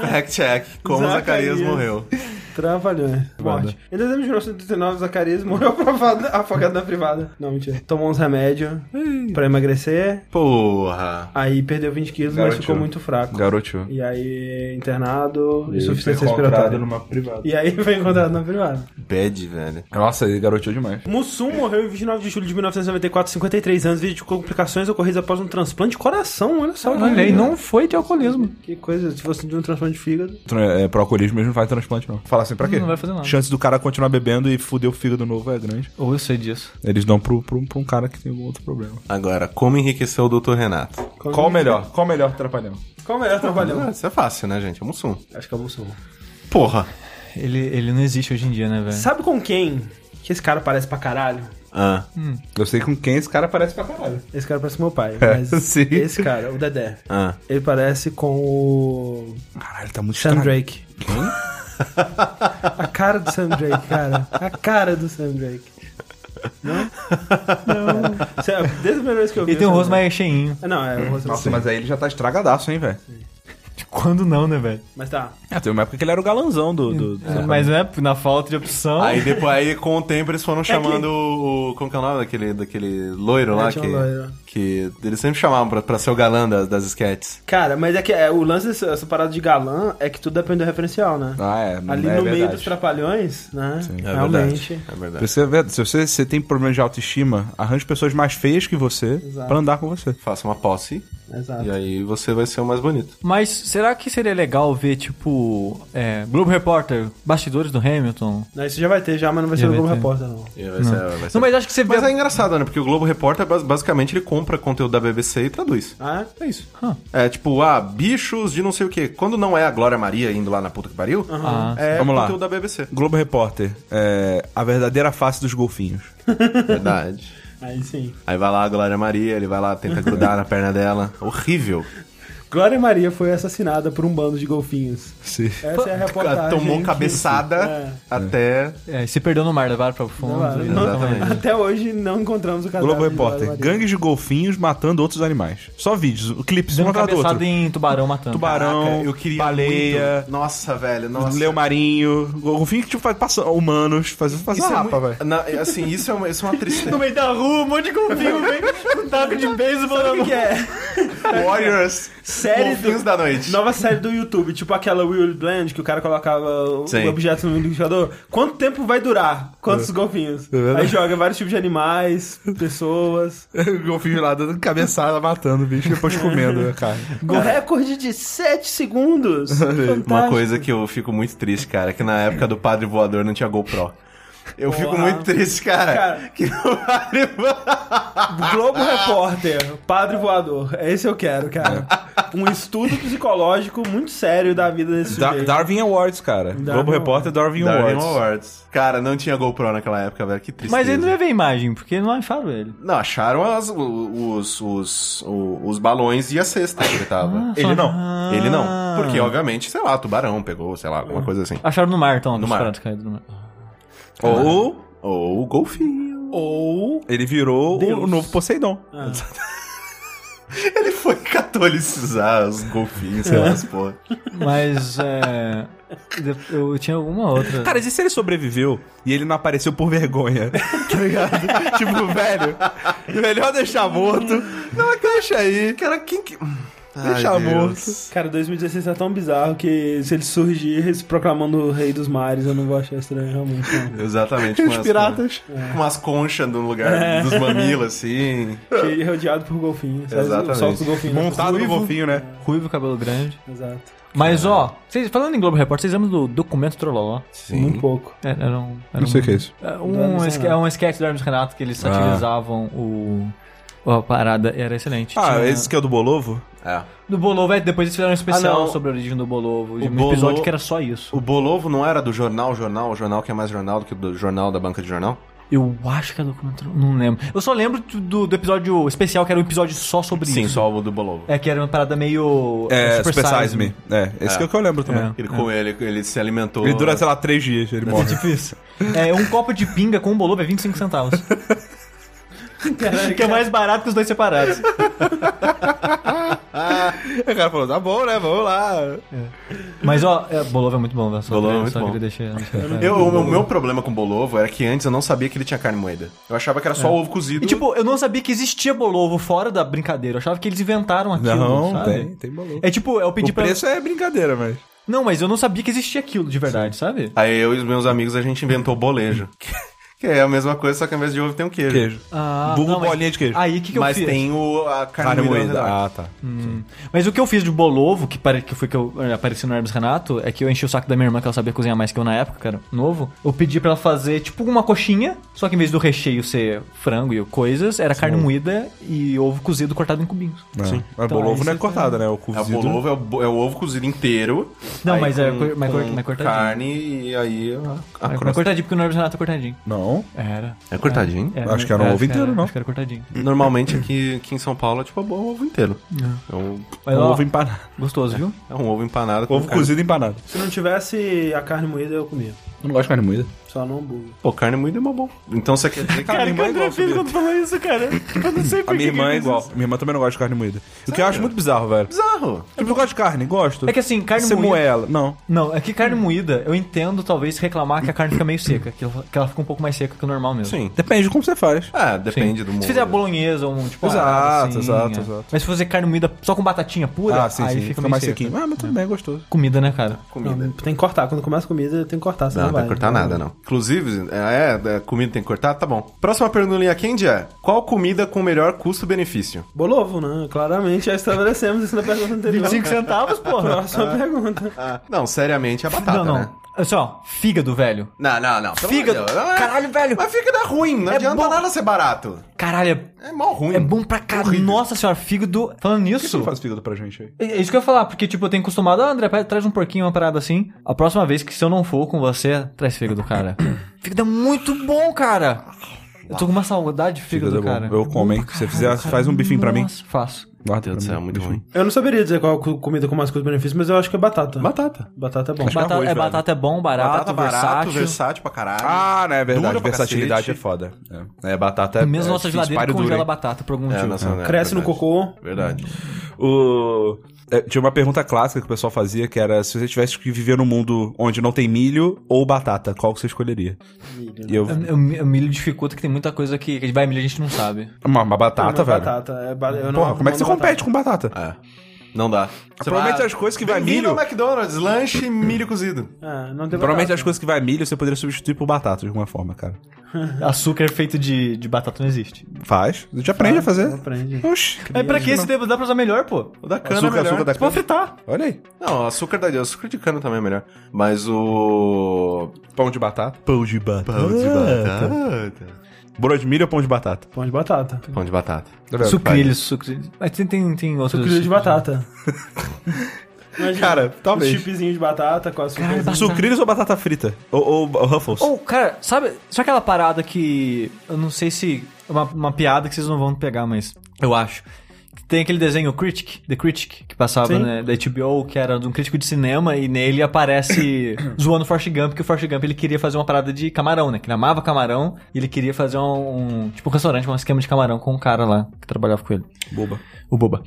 S1: Fact check, como o
S2: Zacarias.
S1: Zacarias morreu.
S2: Trabalhando.
S4: Foda.
S2: né? Em dezembro de 1939, Zacarias morreu afogado, afogado na privada. Não, mentira. Tomou uns remédios pra emagrecer,
S1: Porra.
S2: aí perdeu 20 quilos, mas
S3: Garotinho.
S2: ficou muito fraco.
S3: Garoto.
S2: E aí, internado,
S3: Foi
S2: insuficiência
S3: encontrado
S2: respiratória.
S3: numa privada.
S2: E aí foi encontrado na privada.
S1: Bad, velho.
S3: Nossa, ele garoteou demais.
S2: Mussum morreu em 29 de julho de 1994, 53 anos, vídeo de complicações ocorridas após um transplante de coração. Olha só.
S4: Olha, e não foi de alcoolismo.
S2: Que coisa, se fosse de um transplante de fígado.
S3: Tra- É, pro alcoolismo mesmo não faz transplante, não. Fala assim, pra quê?
S4: Não vai fazer nada.
S3: Chance do cara continuar bebendo e fuder o fígado novo é grande.
S4: Ou eu sei disso.
S3: Eles dão pro, pro, pra um cara que tem algum outro problema.
S1: Agora, como enriqueceu o doutor Renato?
S3: Qual o melhor? Qual o melhor trapalhão?
S2: Qual o melhor trabalhão?
S1: Ah, isso é fácil, né, gente? É Mussum.
S2: Acho que é o Mussum.
S1: Porra.
S4: Ele, ele não existe hoje em dia, né, velho?
S2: Sabe com quem que esse cara parece pra caralho?
S1: Ah.
S3: Eu sei com quem esse cara parece pra caralho.
S2: Esse cara parece meu pai,
S3: É,
S2: mas
S3: sim.
S2: esse cara, o Dedé,
S1: Ah.
S2: ele parece com o
S3: Caralho, tá muito
S2: Sam
S3: estranho.
S2: Drake. A cara do Sam Drake, cara. A cara do Sam Drake. Não? Não. Sério, Desde a primeira vez que eu vi.
S4: Ele tem um
S2: o Sam
S4: rosto
S2: Drake-
S4: mais cheinho.
S2: Ah, Não, é o rosto
S3: Nossa, mas aí ele já tá estragadaço, hein, velho?
S4: Quando não, né, velho?
S2: Mas tá. É.
S3: É, teve uma época que ele era o galanzão do... do, do Trapalhão.
S4: Mas né, na falta de opção.
S1: Aí depois, aí com o tempo eles foram chamando o. Como que é o nome daquele, daquele loiro lá?
S2: tinha
S1: Que,
S2: um loiro.
S1: que eles sempre chamavam pra, pra ser o galã das, das sketches.
S2: Cara, mas é que é, o lance dessa essa parada de galã é que tudo depende do referencial, né?
S3: Ah, é.
S2: Ali
S3: é
S2: no
S3: verdade.
S2: meio dos trapalhões, né?
S1: É
S2: realmente.
S1: verdade. É verdade.
S3: Você, é verdade, se você, você tem problema de autoestima, arranje pessoas mais feias que você
S2: Exato.
S3: pra andar com você.
S1: Faça uma posse
S2: Exato.
S1: e aí você vai ser o mais bonito.
S4: Mas será que seria legal ver, tipo, é, Globo Repórter, bastidores do Hamilton?
S2: Não, isso já vai ter já, mas não vai
S4: Já
S2: ser no
S4: vai
S2: Globo
S4: ter.
S2: Repórter, não.
S1: E aí vai ser- vai ser-
S4: Não, mas acho que você vê.
S1: Mas é engraçado, né? Porque o Globo Repórter, bas- basicamente, ele compra conteúdo da BBC e traduz.
S2: Ah,
S1: É isso.
S4: Hã.
S1: É tipo, ah, bichos de não sei o quê. Quando não é a Glória Maria indo lá na puta que pariu,
S4: Ah,
S1: é
S3: Vamos lá.
S1: conteúdo da BBC.
S3: Globo Repórter, é, a verdadeira face dos golfinhos.
S1: Verdade.
S2: aí sim.
S1: Aí vai lá a Glória Maria, ele vai lá, tenta grudar na perna dela. Horrível.
S2: Glória Maria foi assassinada por um bando de golfinhos.
S3: Sim.
S2: Essa é a reportagem.
S1: Tomou
S2: que-
S1: cabeçada
S2: É.
S1: até.
S4: é, se perdeu no mar, levaram pra fundo. né?
S2: Claro, não-
S1: Exatamente.
S2: até hoje não encontramos o cadáver.
S3: Globo
S2: de Glória
S3: Repórter,
S2: Maria.
S3: gangues de golfinhos matando outros animais. Só vídeos, clipes, um
S4: Deu uma
S3: atrás do outro.
S4: cabeçada em tubarão matando.
S3: Tubarão,
S1: Caraca, eu queria
S3: baleia,
S1: muito. Nossa, velho, nossa.
S3: leu marinho, golfinho que tipo faz passa humanos, faz, faz
S1: Isso
S3: uma
S1: é
S3: rapa,
S1: muito-
S3: velho.
S1: na- assim, isso é uma, isso é uma tristeza.
S4: meio da rua, um monte de golfinho vem com taco de beisebol na
S2: O que que é?
S1: Warriors.
S2: Série do-
S1: golfinhos da noite.
S2: Nova série do YouTube, tipo aquela Will Blend, que o cara colocava o
S1: Sim. É.
S2: objeto no liquidificador. Quanto tempo vai durar? Quantos golfinhos?
S3: verdade.
S2: Aí joga vários tipos de animais, pessoas.
S3: golfinho lá dando cabeçada, matando o bicho, depois comendo né, a carne.
S2: O recorde de 7 segundos. Fantástico.
S1: Uma coisa que eu fico muito triste, cara, é que na época do Padre Voador não tinha GoPro. Eu fico
S2: Porra.
S1: muito triste, cara.
S2: Cara.
S1: Que o Padre Voador-
S2: Globo
S1: ah.
S2: Repórter, Padre Voador. É esse eu quero, cara. Um estudo psicológico muito sério da vida desse
S3: Da-
S2: sujeito.
S3: Darwin Awards, cara. Globo Repórter, Darwin,
S1: Darwin
S3: Awards.
S1: Awards. Cara, não tinha GoPro naquela época, velho. Que tristeza.
S4: Mas ele não ia ver a imagem, porque não é acharam ele.
S1: Não, acharam as- o- os, os, o- os balões e a cesta que ele tava.
S3: Ele não.
S4: Ah.
S1: Ele não. Porque, obviamente, sei lá, tubarão pegou, sei lá, alguma coisa assim.
S4: Acharam no mar, então.
S1: No
S4: os
S1: mar.
S4: caras caíram no mar.
S3: Ou
S1: Ou o golfinho.
S2: Ou
S3: ele virou o, o novo Poseidon.
S4: Ah.
S1: Ele foi catolicizar os golfinhos, sei lá, as porra.
S4: Mas é. de- Eu tinha alguma outra.
S3: Cara, e se ele sobreviveu e ele não apareceu por vergonha? Tá ligado? tipo, velho, melhor deixar morto. Não, deixa aí.
S1: Cara, quem que.
S3: Deixar
S1: Ai,
S3: morto.
S1: Deus.
S2: Cara, 2016 tá tão bizarro que se ele surgir se proclamando o rei dos mares, eu não vou achar estranho realmente. não.
S1: Exatamente. com
S3: Os
S1: as-
S3: piratas.
S1: Com umas conchas no lugar dos mamilos, assim.
S2: Cheio e rodeado por golfinhos. sabe?
S1: Exatamente.
S2: Solta os golfinhos.
S3: Montado no golfinho, né?
S4: Ruivo, cabelo grande.
S2: Exato.
S4: Mas, ó, vocês, falando em Globo Repórter, vocês lembram do documento Trololó?
S1: Sim.
S2: Muito pouco.
S4: É, Era um, era
S3: Não sei Ah. o que é isso.
S4: um, é
S2: Do
S4: um,
S2: Hermes
S4: esque-
S2: Renato.
S4: é um sketch do Hermes Renato que eles satirizavam o... A parada era excelente.
S3: Ah,
S4: Tinha-
S3: esse Ah, que é o do Bolovo?
S1: É.
S4: Do Bolovo, é, depois eles fizeram um especial
S1: não.
S4: sobre a origem do Bolovo. Um
S1: Bolo-
S4: episódio que era só isso.
S1: O Bolovo não era do jornal, jornal, jornal que é mais jornal do que do jornal da banca de jornal?
S4: Eu acho que é documentário. Não lembro. Eu só lembro do, do episódio especial, que era um episódio só sobre
S1: Sim,
S4: isso.
S1: só o do Bolovo.
S4: É que era uma parada meio.
S3: É,
S4: eh,
S3: Super, Size Me. É, esse
S1: É.
S3: que é o que eu lembro também.
S1: Ele, com
S4: É.
S1: ele, ele se alimentou. É.
S3: Ele dura, sei lá, três dias, ele morre.
S4: Difícil. É, um copo de pinga com um bolobo é 25 centavos. que é mais barato que os dois separados.
S3: O cara falou, tá bom, né? Vamos lá.
S4: É Mas ó, é, bolovo é muito bom, velho. Só
S1: Bolovo
S4: queria-
S1: é muito
S4: só
S1: bom.
S4: queria deixar- deixar-
S1: Eu, o meu- meu problema com o Bolovo era que antes eu não sabia que ele tinha carne moída. Eu achava que era só ovo cozido.
S4: E tipo, eu não sabia que existia bolovo fora da brincadeira. Eu achava que eles inventaram aquilo,
S3: Não,
S4: sabe?
S3: tem, tem Bolovo.
S4: É tipo, eu pedi
S3: o
S4: pra.
S3: preço é brincadeira, mas...
S4: Não, mas eu não sabia que existia aquilo de verdade, sabe?
S1: Aí eu e os meus amigos a gente inventou bolejo. que é a mesma coisa, só que ao invés de ovo tem um queijo.
S3: Queijo.
S4: Ah,
S3: Vulgo
S4: não, mas-
S3: bolinha de queijo.
S4: Aí o que, que eu
S1: Mas
S4: fiz?
S1: tem o, a carne,
S3: Carne
S1: moída. ao
S4: né?
S1: redor.
S3: moída. Ah, tá.
S4: Mas o que eu fiz de bolovo, que, pare... que foi que eu eh, apareci no Hermes Renato, é que eu enchi o saco da minha irmã, que ela sabia cozinhar mais que eu na época, cara, novo. Eu pedi pra ela fazer, tipo, uma coxinha, só que em vez do recheio ser frango e coisas, era carne moída e ovo cozido cortado em cubinhos.
S3: Sim. Mas
S4: Então,
S3: Bolovo
S4: aí
S3: não é
S4: você
S3: cortado, né? O
S1: É o
S3: cozido.
S1: bolovo, é o, bo- é o ovo cozido inteiro.
S4: Ah, Não,
S1: aí
S4: mas é
S1: com-
S4: cor- mas cor-
S1: com
S4: mas cortadinho.
S1: carne e aí a, a
S4: Era
S1: crosta.
S4: cortadinho, porque no Hermes Renato é cortadinho.
S3: Não.
S4: Era.
S1: É cortadinho?
S4: era
S3: Acho que era um ovo inteiro, não?
S4: Acho que era cortadinho.
S1: Normalmente aqui, aqui em São Paulo é tipo o ovo inteiro. É um,
S4: Mas,
S3: um
S4: ó,
S3: ovo empanado.
S4: gostoso, viu?
S1: é um ovo empanado. com
S3: Ovo
S1: carne.
S3: cozido empanado.
S2: Se não tivesse a carne moída, eu comia.
S3: Eu não gosto de carne moída.
S2: Só no hambúrguer.
S1: Pô, carne moída é uma boa. Então você quer dizer que...
S3: Cara, minha irmã é igual, sabia?
S4: falou isso, cara. Eu não sei
S3: A minha irmã é igual. Minha irmã também não gosta de carne moída. O que eu acho muito bizarro, velho.
S1: Bizarro!
S3: Tipo, eu gosto de carne, gosto.
S4: É que assim, carne
S3: Você
S4: moída...
S3: moe ela. Não.
S4: Não, é que carne moída, eu entendo talvez reclamar que a carne fica meio seca, que ela, que ela fica um pouco mais seca que o normal mesmo.
S1: Sim.
S3: Depende de como você faz.
S1: Ah, depende do molho.
S4: Se fizer a bolonhesa ou um tipo
S3: Exato,
S4: arado,
S3: exato,
S4: é.
S3: exato.
S4: Mas se fazer carne moída só com batatinha pura,
S3: Ah, sim,
S4: aí
S3: sim.
S4: fica,
S3: Fica,
S4: meio
S3: mais
S4: seca.
S3: sequinho. Ah, mas tudo bem, é gostoso.
S4: Comida, né, cara?
S1: Comida.
S2: Não, tem que cortar. Quando começa a comida, tem que cortar.
S1: Não,
S2: Senão
S1: não tem que cortar nada, não. Inclusive, é, é, comida tem que cortar? Tá bom. Próxima pergunta quente é: Qual comida com o melhor custo-benefício?
S2: Bolovo, né? Claramente já estabelecemos isso na pergunta anterior.
S4: 25 centavos, porra.
S3: É.
S2: Próxima pergunta.
S3: Ah.
S1: Não, seriamente é batata,
S4: não, não.
S1: né?
S4: Olha só, fígado, velho.
S1: Não, não, não. Pelo
S4: Fígado.
S1: amor de Deus, não é-
S4: Caralho, velho.
S1: Mas fígado é ruim, não
S4: É
S1: adianta
S4: bom.
S1: nada ser barato.
S4: Caralho,
S1: É mó ruim.
S4: é, é bom pra caralho. Nossa senhora, fígado. Falando
S3: Por que você
S4: nisso.
S3: não faz fígado pra gente aí?
S4: É é isso que eu ia falar, porque tipo, eu tenho acostumado, ah, André, pa- traz um porquinho, uma parada assim. A próxima vez que se eu não for com você, traz fígado, cara. fígado é muito bom, cara. Eu tô com uma saudade de fígado,
S3: Fígado é bom.
S4: cara.
S3: Eu como, hein?
S4: pra
S3: Se você
S4: caralho,
S3: fizer- faz um bifinho pra mim.
S4: Nossa, Faço.
S3: Meu
S1: Meu Deus do céu, é muito ruim.
S2: Eu não saberia dizer qual co- comida com mais custo-benefício, mas eu acho que é batata.
S1: Batata.
S2: Batata é bom.
S3: Acho que
S4: Batata,
S3: arroz,
S4: é,
S3: velho.
S4: batata é bom, barato,
S1: Batata
S4: versátil.
S1: barato, versátil pra caralho.
S3: Ah, não é verdade.
S1: Dura pra
S3: Versatilidade é
S1: cacete.
S3: foda. É, É, batata é.
S4: Mesmo
S3: é
S4: nossa
S3: difícil,
S4: geladeira
S3: pare dura,
S4: congela
S3: hein?
S4: batata por algum
S1: É,
S4: motivo.
S1: nossa, né,
S2: Cresce no
S1: verdade.
S2: cocô.
S1: Verdade.
S3: O... é, tinha uma pergunta clássica que o pessoal fazia que era se você tivesse que viver num mundo onde não tem milho ou batata, qual que você escolheria? E eu...
S4: O mi- o milho né? dificulta que tem muita coisa que, que vai milho a gente não sabe.
S3: Uma, uma batata,
S2: Não, não é
S3: velho.
S2: Batata. É ba... eu não
S3: Porra, como é que você
S2: não batata.
S3: compete com batata?
S1: É. Não dá.
S3: Provavelmente as coisas que vai milho...
S1: ao McDonald's, lanche e milho cozido.
S2: É, não tem
S3: Provavelmente
S2: batata.
S3: as coisas
S1: né?
S3: que vai milho você poderia substituir por batata de alguma forma, cara.
S4: Açúcar feito de, de batata não existe.
S3: Faz. A gente aprende a fazer.
S1: né?
S2: Aprende.
S3: Oxi.
S4: É pra que esse tempo? Dá pra usar melhor, pô.
S1: O da cana
S3: Açúcar,
S1: é melhor.
S3: açúcar da
S4: Pode
S3: cana.
S4: fritar.
S3: Olha aí.
S1: Não, açúcar, da... açúcar de cana também é melhor. Mas o...
S3: Pão de batata. Pão de batata. tá. Bolo de milho ou pão de batata?
S2: Pão de batata.
S1: Pão de batata.
S3: Tá
S4: Sucrilhos, sucrilhos. Mas tem, tem, tem outros.
S2: Sucrilhos de batata. Imagina,
S3: Cara, talvez.
S2: Um chipzinho de batata com açúcar.
S4: Cara,
S3: Vai. Sucrilhos ou batata frita? Ou, ou- ou Ruffles?
S4: Ou, cara, sabe, sabe aquela parada que. Eu não sei se. Uma, uma piada que vocês não vão pegar, mas eu acho. Tem aquele desenho Critic, The Critic, que passava
S2: Sim.
S4: né, da HBO, que era de um crítico de cinema, e nele aparece zoando o Forrest Gump, que o Forrest Gump ele queria fazer uma parada de camarão, né? Que ele amava camarão, e ele queria fazer um, um- tipo um restaurante, um esquema de camarão com um cara lá que trabalhava com ele,
S3: Boba.
S4: o Boba.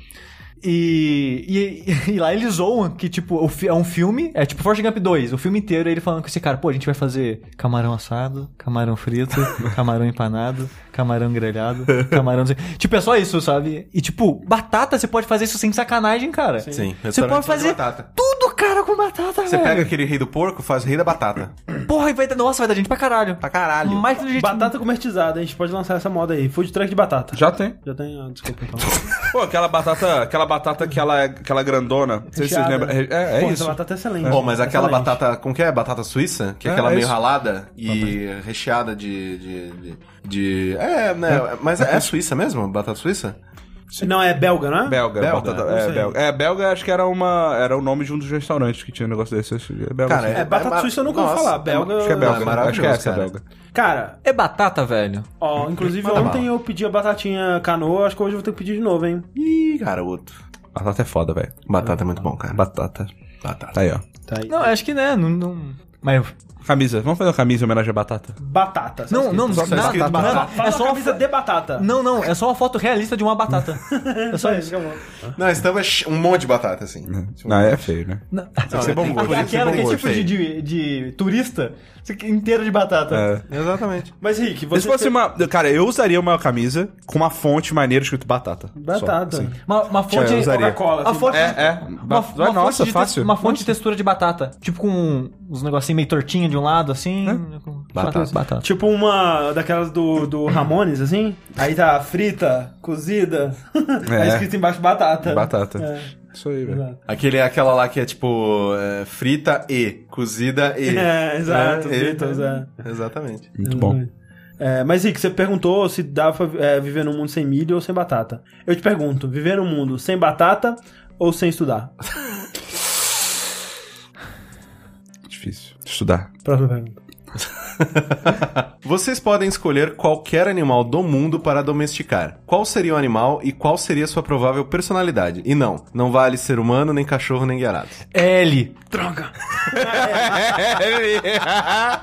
S4: E, e, e lá eles zoam que, tipo, o fi- é um filme, é tipo Forrest Gump 2, o filme inteiro ele falando com esse cara, pô, a gente vai fazer camarão assado, camarão frito, camarão empanado, camarão grelhado, camarão... não sei- Tipo, é só isso, sabe? E, tipo, batata, você pode fazer isso sem sacanagem, cara.
S1: Sim,
S4: Você
S1: restaurante
S4: pode
S1: só de
S4: fazer
S1: batata.
S4: tudo, cara, com batata,
S1: Você
S4: velho.
S1: pega aquele rei do porco, faz rei da batata.
S4: Porra, e vai dar... Nossa, vai dar gente pra caralho.
S1: Pra caralho.
S4: Mais que do jeito...
S2: Batata comertizada, a gente pode lançar essa moda aí. Food truck de batata.
S3: Já tem.
S2: Já tem, ah, desculpa então.
S3: Pô, aquela batata, aquela batata que ela é, aquela grandona. Não sei se vocês
S2: Recheada.
S3: lembram. É, é
S2: Pô,
S3: isso.
S2: Essa batata é excelente.
S1: Bom, mas aquela
S2: Excelente.
S1: batata, como que é? Batata suíça? Que é
S3: É,
S1: aquela
S3: é
S1: meio
S3: isso.
S1: ralada e recheada de, de, de, de- É, né? Mas é, é suíça mesmo? Batata suíça?
S2: Não, é belga, não é?
S3: Belga,
S1: Belga?
S3: batata-
S1: Não
S3: é,
S2: sei.
S3: belga. É, belga acho que era uma. Era o nome de um dos restaurantes que tinha um negócio desse. acho que É belga.
S1: Cara,
S3: sim.
S2: É, batata
S1: É,
S2: suíça eu nunca ouvi
S1: nossa,
S2: falar.
S1: é-
S2: Belga.
S3: acho que é
S1: não, é
S3: belga. acho que é
S1: maravilhoso,
S3: essa é
S1: cara.
S3: belga.
S2: Cara,
S4: É batata, velho.
S2: ó, inclusive
S1: Manda
S2: ontem
S1: bala.
S2: eu pedi a batatinha canoa, acho que hoje eu vou ter que pedir de novo, hein?
S1: Ih, garoto.
S3: Batata é foda, velho.
S1: Batata é muito bom, cara.
S3: Batata.
S1: Batata.
S3: Tá aí, ó.
S2: Tá aí.
S4: Não, acho que, né, não... não... Mas...
S3: Camisa. Vamos fazer uma camisa em homenagem à batata?
S2: Batata. só
S4: Não,
S2: escrito.
S4: não, não,
S1: Só tá
S4: nada,
S1: escrito batata.
S4: nada.
S2: Fala
S4: É
S2: é
S4: só uma
S2: camisa de batata.
S4: Não, não, é só uma foto realista de uma batata. É só isso.
S2: acabou.
S1: Não, a estampa é ch- um monte de batata, assim.
S3: Não, é feio, né?
S4: Não.
S1: Tem que ser bom gosto. tem que ser
S4: Aquela
S1: bom
S4: que é
S1: gosto.
S4: tipo de, de, de turista inteira de batata.
S3: É.
S1: Exatamente.
S2: Mas, Rick, você.
S3: Mas se fosse
S2: tem-
S3: uma. Cara, eu usaria uma camisa com uma fonte maneira escrito batata. Só,
S2: Batata.
S3: assim.
S4: Uma, uma fonte.
S3: eu usaria.
S2: Coca-Cola,
S4: A
S2: assim,
S4: fonte.
S3: É, é.
S4: Uma,
S3: Ba-
S4: uma
S3: Nossa,
S4: fonte de
S3: fácil.
S4: textura- uma fonte de textura de batata. Tipo com uns negocinhos meio tortinho de um lado, assim. com-
S1: Batata.
S4: batata.
S2: Tipo uma daquelas do, do Ramones, assim. Aí tá frita, cozida. Aí
S3: É.
S2: escrito embaixo batata.
S3: Batata.
S2: É,
S3: Isso aí, velho.
S2: exato.
S1: Aquele é aquela lá que é tipo é, frita e, cozida e.
S2: É, exato.
S1: É,
S2: Beatles, é.
S1: Exatamente.
S3: Muito bom.
S2: É, mas Rick, você perguntou se dá pra é, viver num mundo sem milho ou sem batata. Eu te pergunto, viver num mundo sem batata ou sem estudar?
S3: Difícil. Estudar.
S2: Próxima pergunta.
S1: Vocês podem escolher qualquer animal do mundo para domesticar. Qual seria o animal e qual seria sua provável personalidade? E não, não vale ser humano, nem cachorro, nem guiarado.
S4: L.
S2: Droga!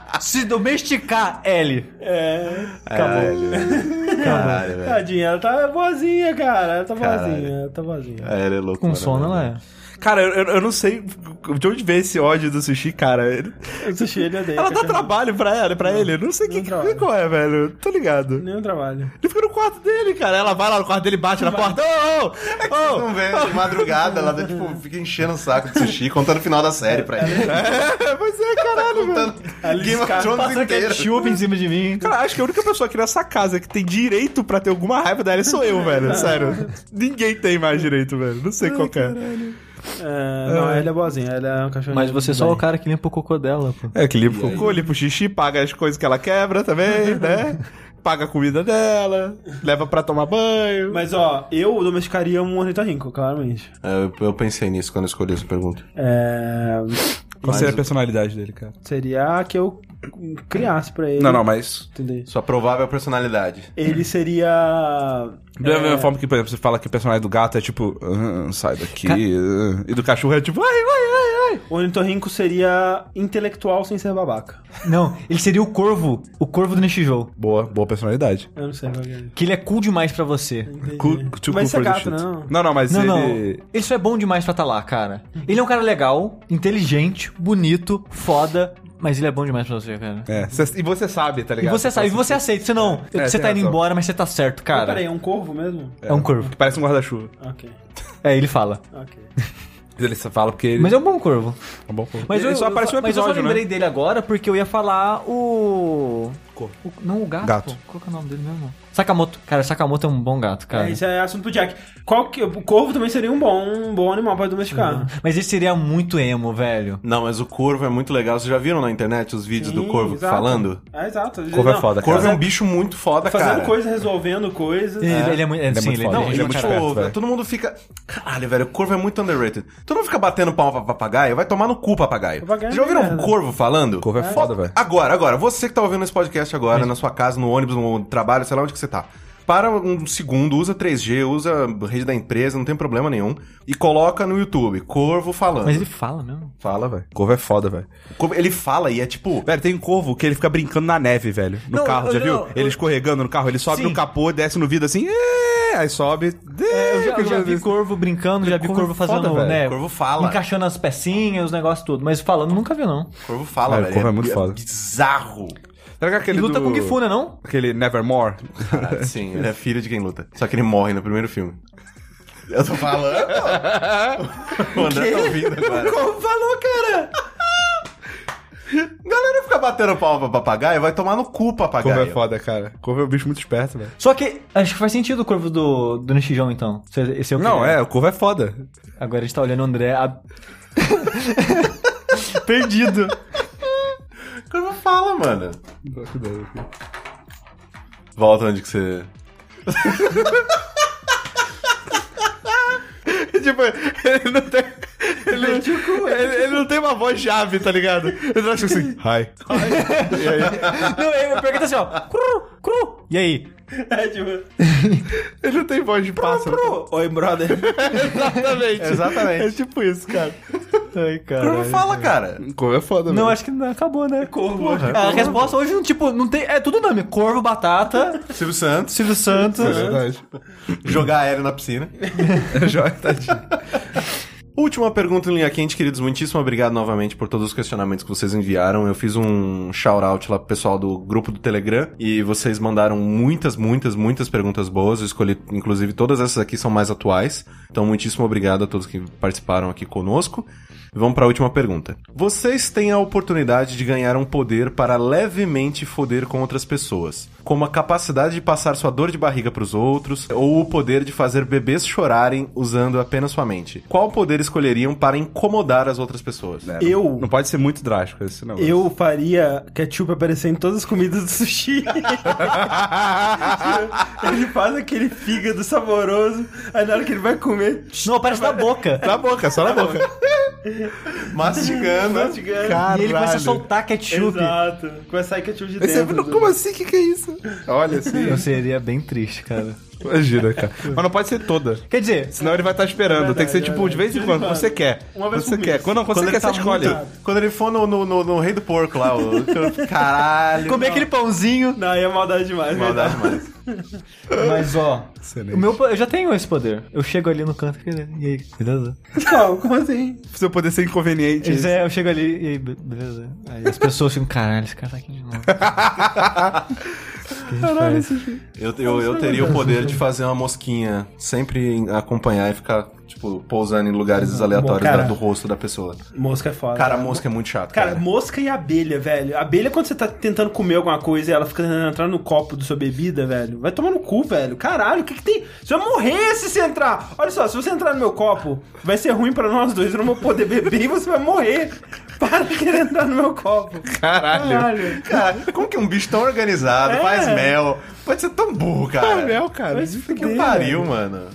S4: Se domesticar, L.
S2: É,
S1: Caralho. Caralho, velho.
S2: tadinha, ela tá boazinha, cara. Ela tá
S1: Caralho.
S2: boazinha, ela tá boazinha.
S1: É, ele é louco.
S4: Com sono ela é.
S3: Cara, eu, eu- eu não sei de onde vem esse ódio do sushi, cara. Ele-
S2: O sushi, ele odeia.
S3: Ela dá
S2: cachorro.
S3: trabalho pra ela, pra ele. Eu não sei que,
S2: trabalho.
S3: qual é, velho. Tô ligado.
S2: Nenhum trabalho.
S3: Ele fica no quarto dele, cara. Ela vai lá no quarto dele, bate na porta. Ô, ô, ô.
S1: Não vê, de madrugada, ela tipo, fica enchendo o saco de sushi, contando o final da série pra ele.
S3: É, Mas é, caralho, velho.
S1: Contando Game of
S2: escapa,
S1: Thrones
S4: Passa
S1: inteiro.
S4: ketchup em cima de mim.
S3: Cara, acho que a única pessoa aqui nessa casa que tem direito pra ter alguma raiva dela é sou eu, velho. Sério. Ninguém tem mais direito, velho. Não sei qual que é.
S2: É, não, ele é boazinha, ele é um cachorro.
S4: Mas você é só é o cara que limpa o cocô dela, pô.
S3: É, que limpa o cocô, limpa o xixi, paga as coisas que ela quebra também, né? Paga a comida dela, leva pra tomar banho.
S2: Mas ó, eu domesticaria um ornitorrinco, claramente.
S1: É, Eu, eu pensei nisso quando eu escolhi essa pergunta.
S2: É,
S3: Qual seria a personalidade dele, cara?
S2: seria a que eu criasse pra ele.
S3: Não, não, mas.
S2: Entendeu?
S1: Sua provável personalidade.
S2: Ele seria.
S3: Da
S4: É.
S3: mesma forma que, por exemplo, você fala que o personagem do gato é tipo, "Ah, sai daqui. ah", E do cachorro é tipo, ai, ai, ai, ai.
S2: O ornitorrinco seria intelectual sem ser babaca.
S4: Não, ele seria o corvo. O corvo do Nishijou.
S3: Boa, boa personalidade.
S2: Eu não sei qual que é.
S4: Que ele é cool demais pra você.
S3: Cu- tipo too
S2: Mas isso
S3: cool
S2: é
S3: for the
S2: gato,
S3: shit.
S2: não.
S3: Não, não, mas
S4: Não, não.
S3: ele.
S4: Ele só é bom demais pra estar lá, cara. Ele é um cara legal, inteligente, bonito, foda, mas ele é bom demais pra você, cara.
S3: É, cê- e você sabe, tá
S4: E
S3: ligado?
S4: você sabe, e você aceita, senão
S3: É,
S4: você
S3: tem
S4: tá indo
S3: razão.
S4: embora, mas você tá certo,
S2: Cara.
S4: cara.
S2: Peraí, é um corvo mesmo?
S4: É um corvo.
S3: Que parece um guarda-chuva.
S2: Ok,
S4: É, ele fala.
S2: ok.
S3: Ele só fala porque ele.
S4: Mas é um bom corvo.
S3: Tá bom, pô.
S4: Mas
S3: ele
S4: eu,
S3: só
S4: eu,
S3: aparece um
S4: mas eu só
S3: episódio,
S4: lembrei
S3: né?
S4: dele agora porque eu ia falar o.
S3: Corvo.
S4: o- não, o gato.
S3: Gato.
S4: pô. Qual que é o nome dele mesmo? Sakamoto. Cara, Sakamoto é um bom gato, cara.
S2: É, isso é assunto pro Jack. Qual que, o corvo também seria um bom, um bom animal pra domesticar.
S4: Mas ele seria muito emo, velho.
S1: Não, mas o corvo é muito legal. Vocês já viram na internet os vídeos do
S2: Sim,
S1: corvo
S2: exato.
S1: falando?
S2: É, exato.
S3: Corvo é
S2: Não, tá
S3: foda, cara.
S1: Corvo é um bicho muito foda,
S2: Fazendo
S1: cara.
S2: coisa, resolvendo coisas.
S4: Ele, ele é muito. É,
S3: é
S4: sim,
S3: muito
S4: ele
S3: foda,
S4: é
S1: Não,
S3: Ele
S1: e,
S4: inteligente,
S3: é muito
S1: tipo,
S4: cara.
S3: esperto, velho.
S1: todo mundo fica. Caralho, velho, o corvo é muito underrated. Todo mundo fica batendo palma pra papagaio, vai tomar no cu papagaio.
S2: Papagaio
S1: Vocês Já
S2: é
S1: ouviram um
S2: merda.
S1: corvo falando?
S3: Corvo é foda, velho.
S1: Agora, agora, você que tá ouvindo esse podcast agora, na sua casa, no ônibus, no trabalho, sei lá onde que você tá. Para um segundo, usa 3G, usa a rede da empresa, não tem problema nenhum. E coloca no YouTube, corvo falando.
S4: Mas ele fala mesmo.
S3: Fala, velho. Corvo é foda, velho.
S1: O corvo- ele fala e é tipo.
S3: Velho, tem um corvo que ele fica brincando na neve, velho. No
S4: Não,
S3: carro, já
S4: eu-
S3: viu?
S4: não, eu-
S3: ele escorregando no carro, ele sobe
S4: Sim.
S3: no capô, desce no vidro assim. "Ê!" É, aí sobe.
S4: É, eu já,
S3: que
S4: eu já
S3: coisa assim.
S4: vi
S3: desse.
S4: corvo brincando, já vi
S3: Corvo é
S4: corvo fazendo,
S3: foda, velho.
S4: né?
S1: Corvo fala.
S4: Encaixando as pecinhas, os negócios tudo. Mas falando, nunca vi, não.
S1: O Corvo fala,
S3: Cara,
S1: velho.
S3: o Corvo é muito foda.
S1: Bizarro.
S3: Será que é
S4: E
S3: aquele
S4: luta
S3: do...
S4: com o Gifu, né, não?
S3: Aquele Nevermore.
S1: Caralho, sim, ele é filho de quem luta. Só que ele morre no primeiro filme. Eu tô falando. o André tá ouvindo agora.
S4: Como falou, cara?
S1: Galera fica batendo palma pra papagaio, vai tomar no cu papagaio.
S3: Corvo é foda, cara. Corvo é um bicho muito esperto, velho.
S4: Só que acho que faz sentido o corvo do, do Nishijão, então. Esse- Esse é o que
S3: Não, é, o Corvo é foda.
S4: Agora a gente tá olhando o André. a- Perdido.
S1: O Corvo fala, mano. Volta onde que você...
S3: tipo, ele não tem. Ele, ele, ele não tem uma voz chave, tá ligado? Ele tá tipo assim, hi.
S4: Não, ele pergunta assim, ó. Cru, cru. E aí?
S2: É tipo.
S3: Ele não tem voz de pássaro.
S2: Oi, brother.
S3: Exatamente.
S1: Exatamente.
S3: É tipo isso, cara.
S4: Ai,
S1: O Corvo
S4: cara.
S1: fala, cara.
S3: Corvo é foda,
S4: Não,
S3: velho.
S4: acho que não acabou, né?
S2: Corvo.
S4: A resposta hoje, não, tipo, não tem. É tudo nome. Corvo, batata,
S1: Silvio Santos,
S4: Silvio Santos.
S3: É verdade. É
S1: jogar aéreo na piscina.
S3: Joia, tadinho.
S1: Última pergunta em linha quente, queridos. Muitíssimo obrigado novamente por todos os questionamentos que vocês enviaram. Eu fiz um shout-out lá pro pessoal do grupo do Telegram e vocês mandaram muitas, muitas, muitas perguntas boas. Eu escolhi, inclusive, todas essas aqui são mais atuais. Então, muitíssimo obrigado a todos que participaram aqui conosco. Vamos para a última pergunta. Vocês têm a oportunidade de ganhar um poder para levemente foder com outras pessoas, como a capacidade de passar sua dor de barriga para os outros, ou o poder de fazer bebês chorarem usando apenas sua mente. Qual poder escolheriam para incomodar as outras pessoas?
S3: É,
S2: Né? Eu-
S3: Não, não pode ser muito drástico esse negócio.
S2: Eu faria ketchup aparecer em todas as comidas do sushi. Tipo, ele faz aquele fígado saboroso, aí na hora que ele vai comer,
S4: Não, aparece na boca.
S3: Na boca, só na boca.
S1: Mastigando.
S2: mastigando.
S4: E ele começa a
S3: Caralho.
S4: soltar ketchup.
S2: Exato. Vai sair ketchup de
S3: Aí você fala,
S2: dentro.
S3: como assim? O que, que é isso? Olha assim.
S4: Eu seria bem triste, cara.
S3: Imagina, cara. Mas não pode ser toda.
S4: Quer dizer,
S3: Senão ele vai estar esperando.
S2: É
S3: Tem que ser,
S2: verdade,
S3: tipo,
S2: é
S3: de vez em
S2: verdade.
S3: quando. Você quer.
S2: Uma vez
S3: Você
S2: por
S3: quer.
S2: mês.
S3: Quando não, quando você quer,
S1: tá
S3: você escolhe.
S1: muito- quando ele for no, no, no- no Rei do Porco lá, o... caralho.
S4: comer aquele pãozinho.
S2: Não, aí é maldade demais.
S1: Maldade mais.
S4: Mas ó,
S3: Excelente.
S4: o meu, po- eu já tenho esse poder. Eu chego ali no canto e e aí, beleza?
S2: Não, como assim?
S3: Pra você poder ser inconveniente.
S4: Eles, é, eu chego ali e aí, be- beleza? Aí as pessoas ficam, caralho, esse cara tá aqui de novo. caralho, esse
S1: Eu, eu, eu teria o poder de fazer uma mosquinha sempre em- acompanhar e ficar, tipo, pousando em lugares aleatórios
S2: cara.
S1: da- do rosto da pessoa.
S2: Mosca é foda.
S1: Cara, a mosca é muito chato, cara.
S2: Cara, mosca e abelha, velho. Abelha, quando você tá tentando comer alguma coisa e ela fica tentando entrar no copo da sua bebida, velho, vai tomar no cu, velho. Caralho, o que que tem? Você vai morrer se você entrar. Olha só, se você entrar no meu copo, vai ser ruim pra nós dois. Eu não vou poder beber e você vai morrer. Para de querer entrar no meu copo.
S3: Caralho.
S2: Caralho.
S1: Cara, como que um bicho tão organizado
S2: É.
S1: faz mel? Pode ser tão burro, cara.
S3: Mel, cara.
S2: Mas
S1: Que
S2: fudeu,
S1: pariu, mano.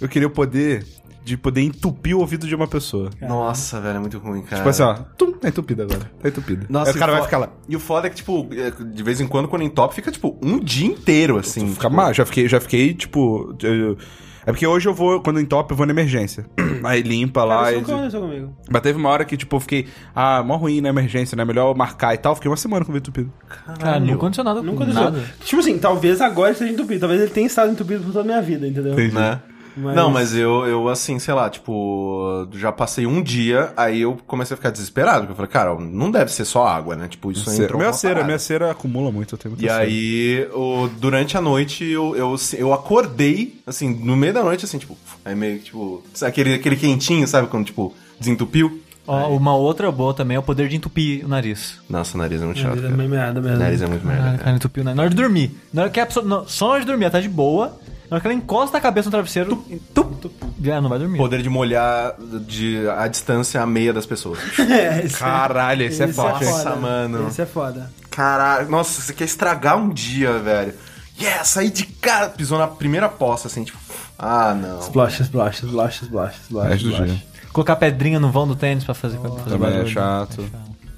S3: Eu queria o poder de poder entupir o ouvido de uma pessoa.
S1: Nossa, velho, é muito ruim, cara.
S3: Tipo assim, ó. Tum, tá entupida agora. Tá entupida.
S1: Nossa,
S3: Aí o cara
S1: e
S3: vai
S1: fo-
S3: ficar lá.
S1: E o foda é que, tipo, é, de vez em quando, quando entope, fica, tipo, um dia inteiro, assim.
S3: Fica
S1: tipo,
S3: mal. Já fiquei, já fiquei tipo. eu- É porque hoje eu vou, quando entope, eu vou na emergência. Aí limpa
S2: velho.
S3: lá.
S2: Isso
S3: e-
S2: nunca aconteceu comigo.
S3: Mas teve uma hora que, tipo, eu fiquei, ah, mó ruim na emergência, né? Melhor eu marcar e tal. Fiquei uma semana com o ouvido entupido.
S4: Cara, não aconteceu nada.
S2: Nunca aconteceu.
S4: Nada.
S2: Tipo assim, talvez agora esteja entupido. Talvez ele tenha estado entupido por toda a minha vida, entendeu?
S1: Né?
S2: Mas-
S1: Não, mas eu, eu, assim, sei lá, tipo, já passei um dia, aí eu comecei a ficar desesperado. Porque eu falei, cara, não deve ser só água, né? Tipo, isso
S3: Cera.
S1: entrou
S3: Minha
S1: uma
S3: cera,
S1: parada.
S3: minha cera acumula muito, eu tenho muita
S1: E
S3: cera.
S1: aí, o- durante a noite, eu, eu, eu acordei, assim, no meio da noite, assim, tipo, aí meio que, tipo, sabe aquele, aquele quentinho, sabe, quando, tipo, desentupiu.
S4: Ó, uma outra boa também é o poder de entupir o nariz.
S1: Nossa, o nariz é muito chato,
S2: Nariz é
S1: cara.
S2: meio merda mesmo.
S1: Nariz é muito merda,
S4: Caralho,
S1: cara.
S4: cara, entupiu o nariz. Na hora de dormir. Na hora que a pessoa. não, só na hora de dormir, ela tá de boa. Na hora que ela encosta a cabeça no travesseiro. tup, já não vai dormir.
S1: Poder de molhar de, a distância a meia das pessoas.
S2: É, isso é-
S3: Caralho, esse é
S2: isso
S3: forte. hein?
S1: foda. Nossa, mano.
S2: Isso é foda.
S1: Caralho, nossa, você quer estragar um dia, velho. Yeah, saí de cara, pisou na primeira poça, assim, tipo, ah, não.
S2: Splosh, splosh, splosh, splosh, splosh.
S3: Resto do
S2: splosh.
S3: dia.
S4: Colocar pedrinha no vão do tênis pra fazer, pra fazer
S3: Também
S4: barulho.
S3: é chato.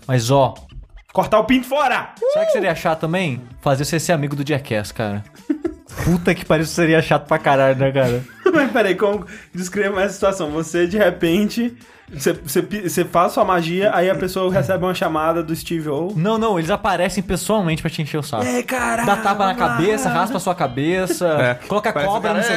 S4: Mas ó,
S2: Cortar o pinto fora!
S4: Sabe o que seria chato também? Fazer você ser amigo do Jackass, cara. Puta que pariu, isso seria chato pra caralho, né, cara?
S2: Mas peraí, como descreva mais a situação? Você de repente Você, você, pi- você faz sua magia, aí a pessoa recebe uma chamada do Steve O.
S4: Não, não, eles aparecem pessoalmente pra te encher o saco.
S2: É, caralho!
S4: Dá tapa na cabeça, raspa a sua cabeça,
S1: É,
S4: coloca a
S3: parece
S4: cobra,
S3: um
S4: não sei.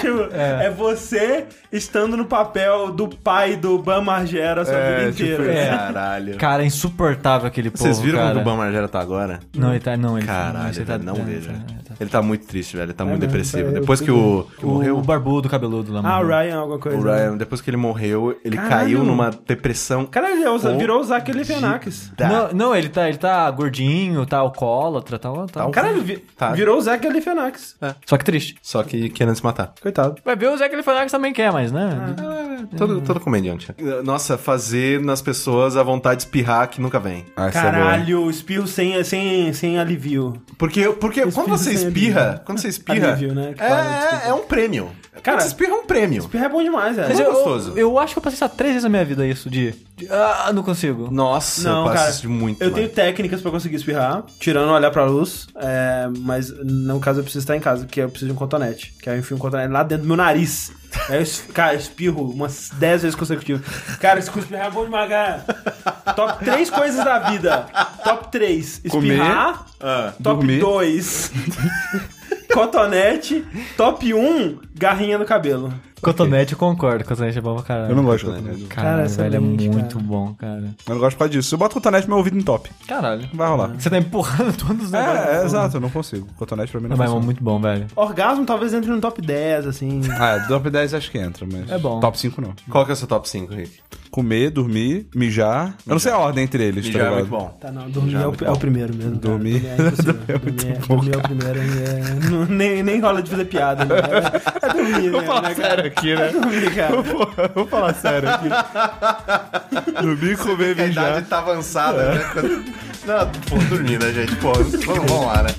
S2: Tipo, É. você estando no papel do pai do Ban Margera a sua vida
S3: tipo
S2: inteira.
S4: é.
S1: tipo Caralho.
S4: Cara, é insuportável aquele povo.
S1: Vocês viram
S4: cara.
S1: como o Ban Margera tá agora?
S4: Não, ele tá. Não, ele
S1: Caralho,
S4: ele
S1: velho,
S4: tá,
S1: não
S4: tá-
S1: vejo.
S4: tá-
S1: velho.
S4: tá-
S1: Ele tá muito triste, velho. Ele tá muito
S2: mesmo,
S1: depressivo.
S2: tá- eu
S1: depois que o, que
S4: O, o
S1: morreu.
S4: barbudo cabeludo lá.
S2: Ah, o
S4: morreu.
S2: Ryan, alguma coisa.
S1: O Ryan, depois que ele morreu, ele
S2: Caralho.
S1: caiu numa depressão.
S2: Cara, ele usa-
S1: Ou-
S2: virou o Zac Galifianakis.
S1: Tá.
S4: Não, não, ele tá, ele tá gordinho, tá alcoólatra, tal, tal.
S1: Tá
S2: Caralho, vi-
S1: Tá.
S2: virou o Zac Galifianakis.
S4: Só que triste.
S1: Só que querendo se matar.
S2: Coitado.
S4: Vai ver o Zé que ele falou que também quer, mas né?
S1: Todo, todo comediante. Nossa, fazer nas pessoas a vontade de espirrar que nunca vem.
S3: Ah, isso é bom.
S2: Caralho, espirro sem, sem, sem alivio.
S1: Porque, porque quando você
S2: sem
S1: espirra,
S2: alívio.
S1: quando você espirra,
S2: Alívio, né? Que fala,
S1: é- é, é um prêmio.
S2: Cara,
S1: quando você espirra é um prêmio.
S2: Espirro é bom demais, velho.
S4: Mas
S1: é
S4: eu,
S1: gostoso.
S4: eu, eu acho que eu passei só três vezes na minha vida isso de. de- ah, não consigo.
S1: Nossa,
S2: Não,
S1: eu passo
S2: cara.
S1: isso muito.
S2: Eu
S1: mano.
S2: tenho técnicas pra conseguir espirrar, tirando olhar pra luz, é, mas no caso eu preciso estar em casa, porque eu preciso de um cotonete. Que aí eu enfio um cotonete lá dentro do meu nariz. Aí eu, es- cara, eu espirro umas 10 vezes consecutivas. Cara, esse espirrar é bom demais, cara. Top 3 coisas da vida. Top 3. Espirrar.
S1: Ah.
S2: top
S3: dormir.
S2: 2. cotonete. Top 1. Garrinha no cabelo.
S4: Cotonete, eu concordo. Cotonete é bom pra caralho.
S3: Eu não gosto de cotonete.
S4: Caralho,
S2: Cara,
S4: velho, é
S2: excelente,
S4: muito
S2: cara.
S4: bom, cara.
S3: Eu não gosto por causa disso. Se eu boto cotonete, meu ouvido entope.
S4: Caralho.
S3: Vai rolar.
S4: Você tá empurrando todos os negócios.
S3: É, é, exato, eu não consigo. Cotonete pra mim não
S4: Mas é
S3: funciona.
S4: muito bom, velho.
S2: Orgasmo talvez entre no top 10, assim.
S3: Ah, top 10 acho que entra, mas.
S4: É bom.
S3: Top 5 não.
S1: Qual que é o seu top 5, Rick?
S3: Comer, dormir, mijar. Eu não sei a ordem entre eles,
S1: Mijar
S3: tá
S1: é
S3: ligado?
S1: muito bom.
S2: Tá, não, dormir é o, é o primeiro mesmo. cara.
S3: Dormir-
S2: é impossível. dormir, é- dormir é o primeiro. é- não- nem, nem rola de fazer piada. Né? É, é dormir, né? né, cara?
S3: aqui,
S2: É dormir, cara.
S3: Vou falar sério aqui. dormir, comer,
S2: É.
S1: A idade tá avançada, né? Quando- Não, pô, dormir, né, gente? Pô, vamos vamos lá, né?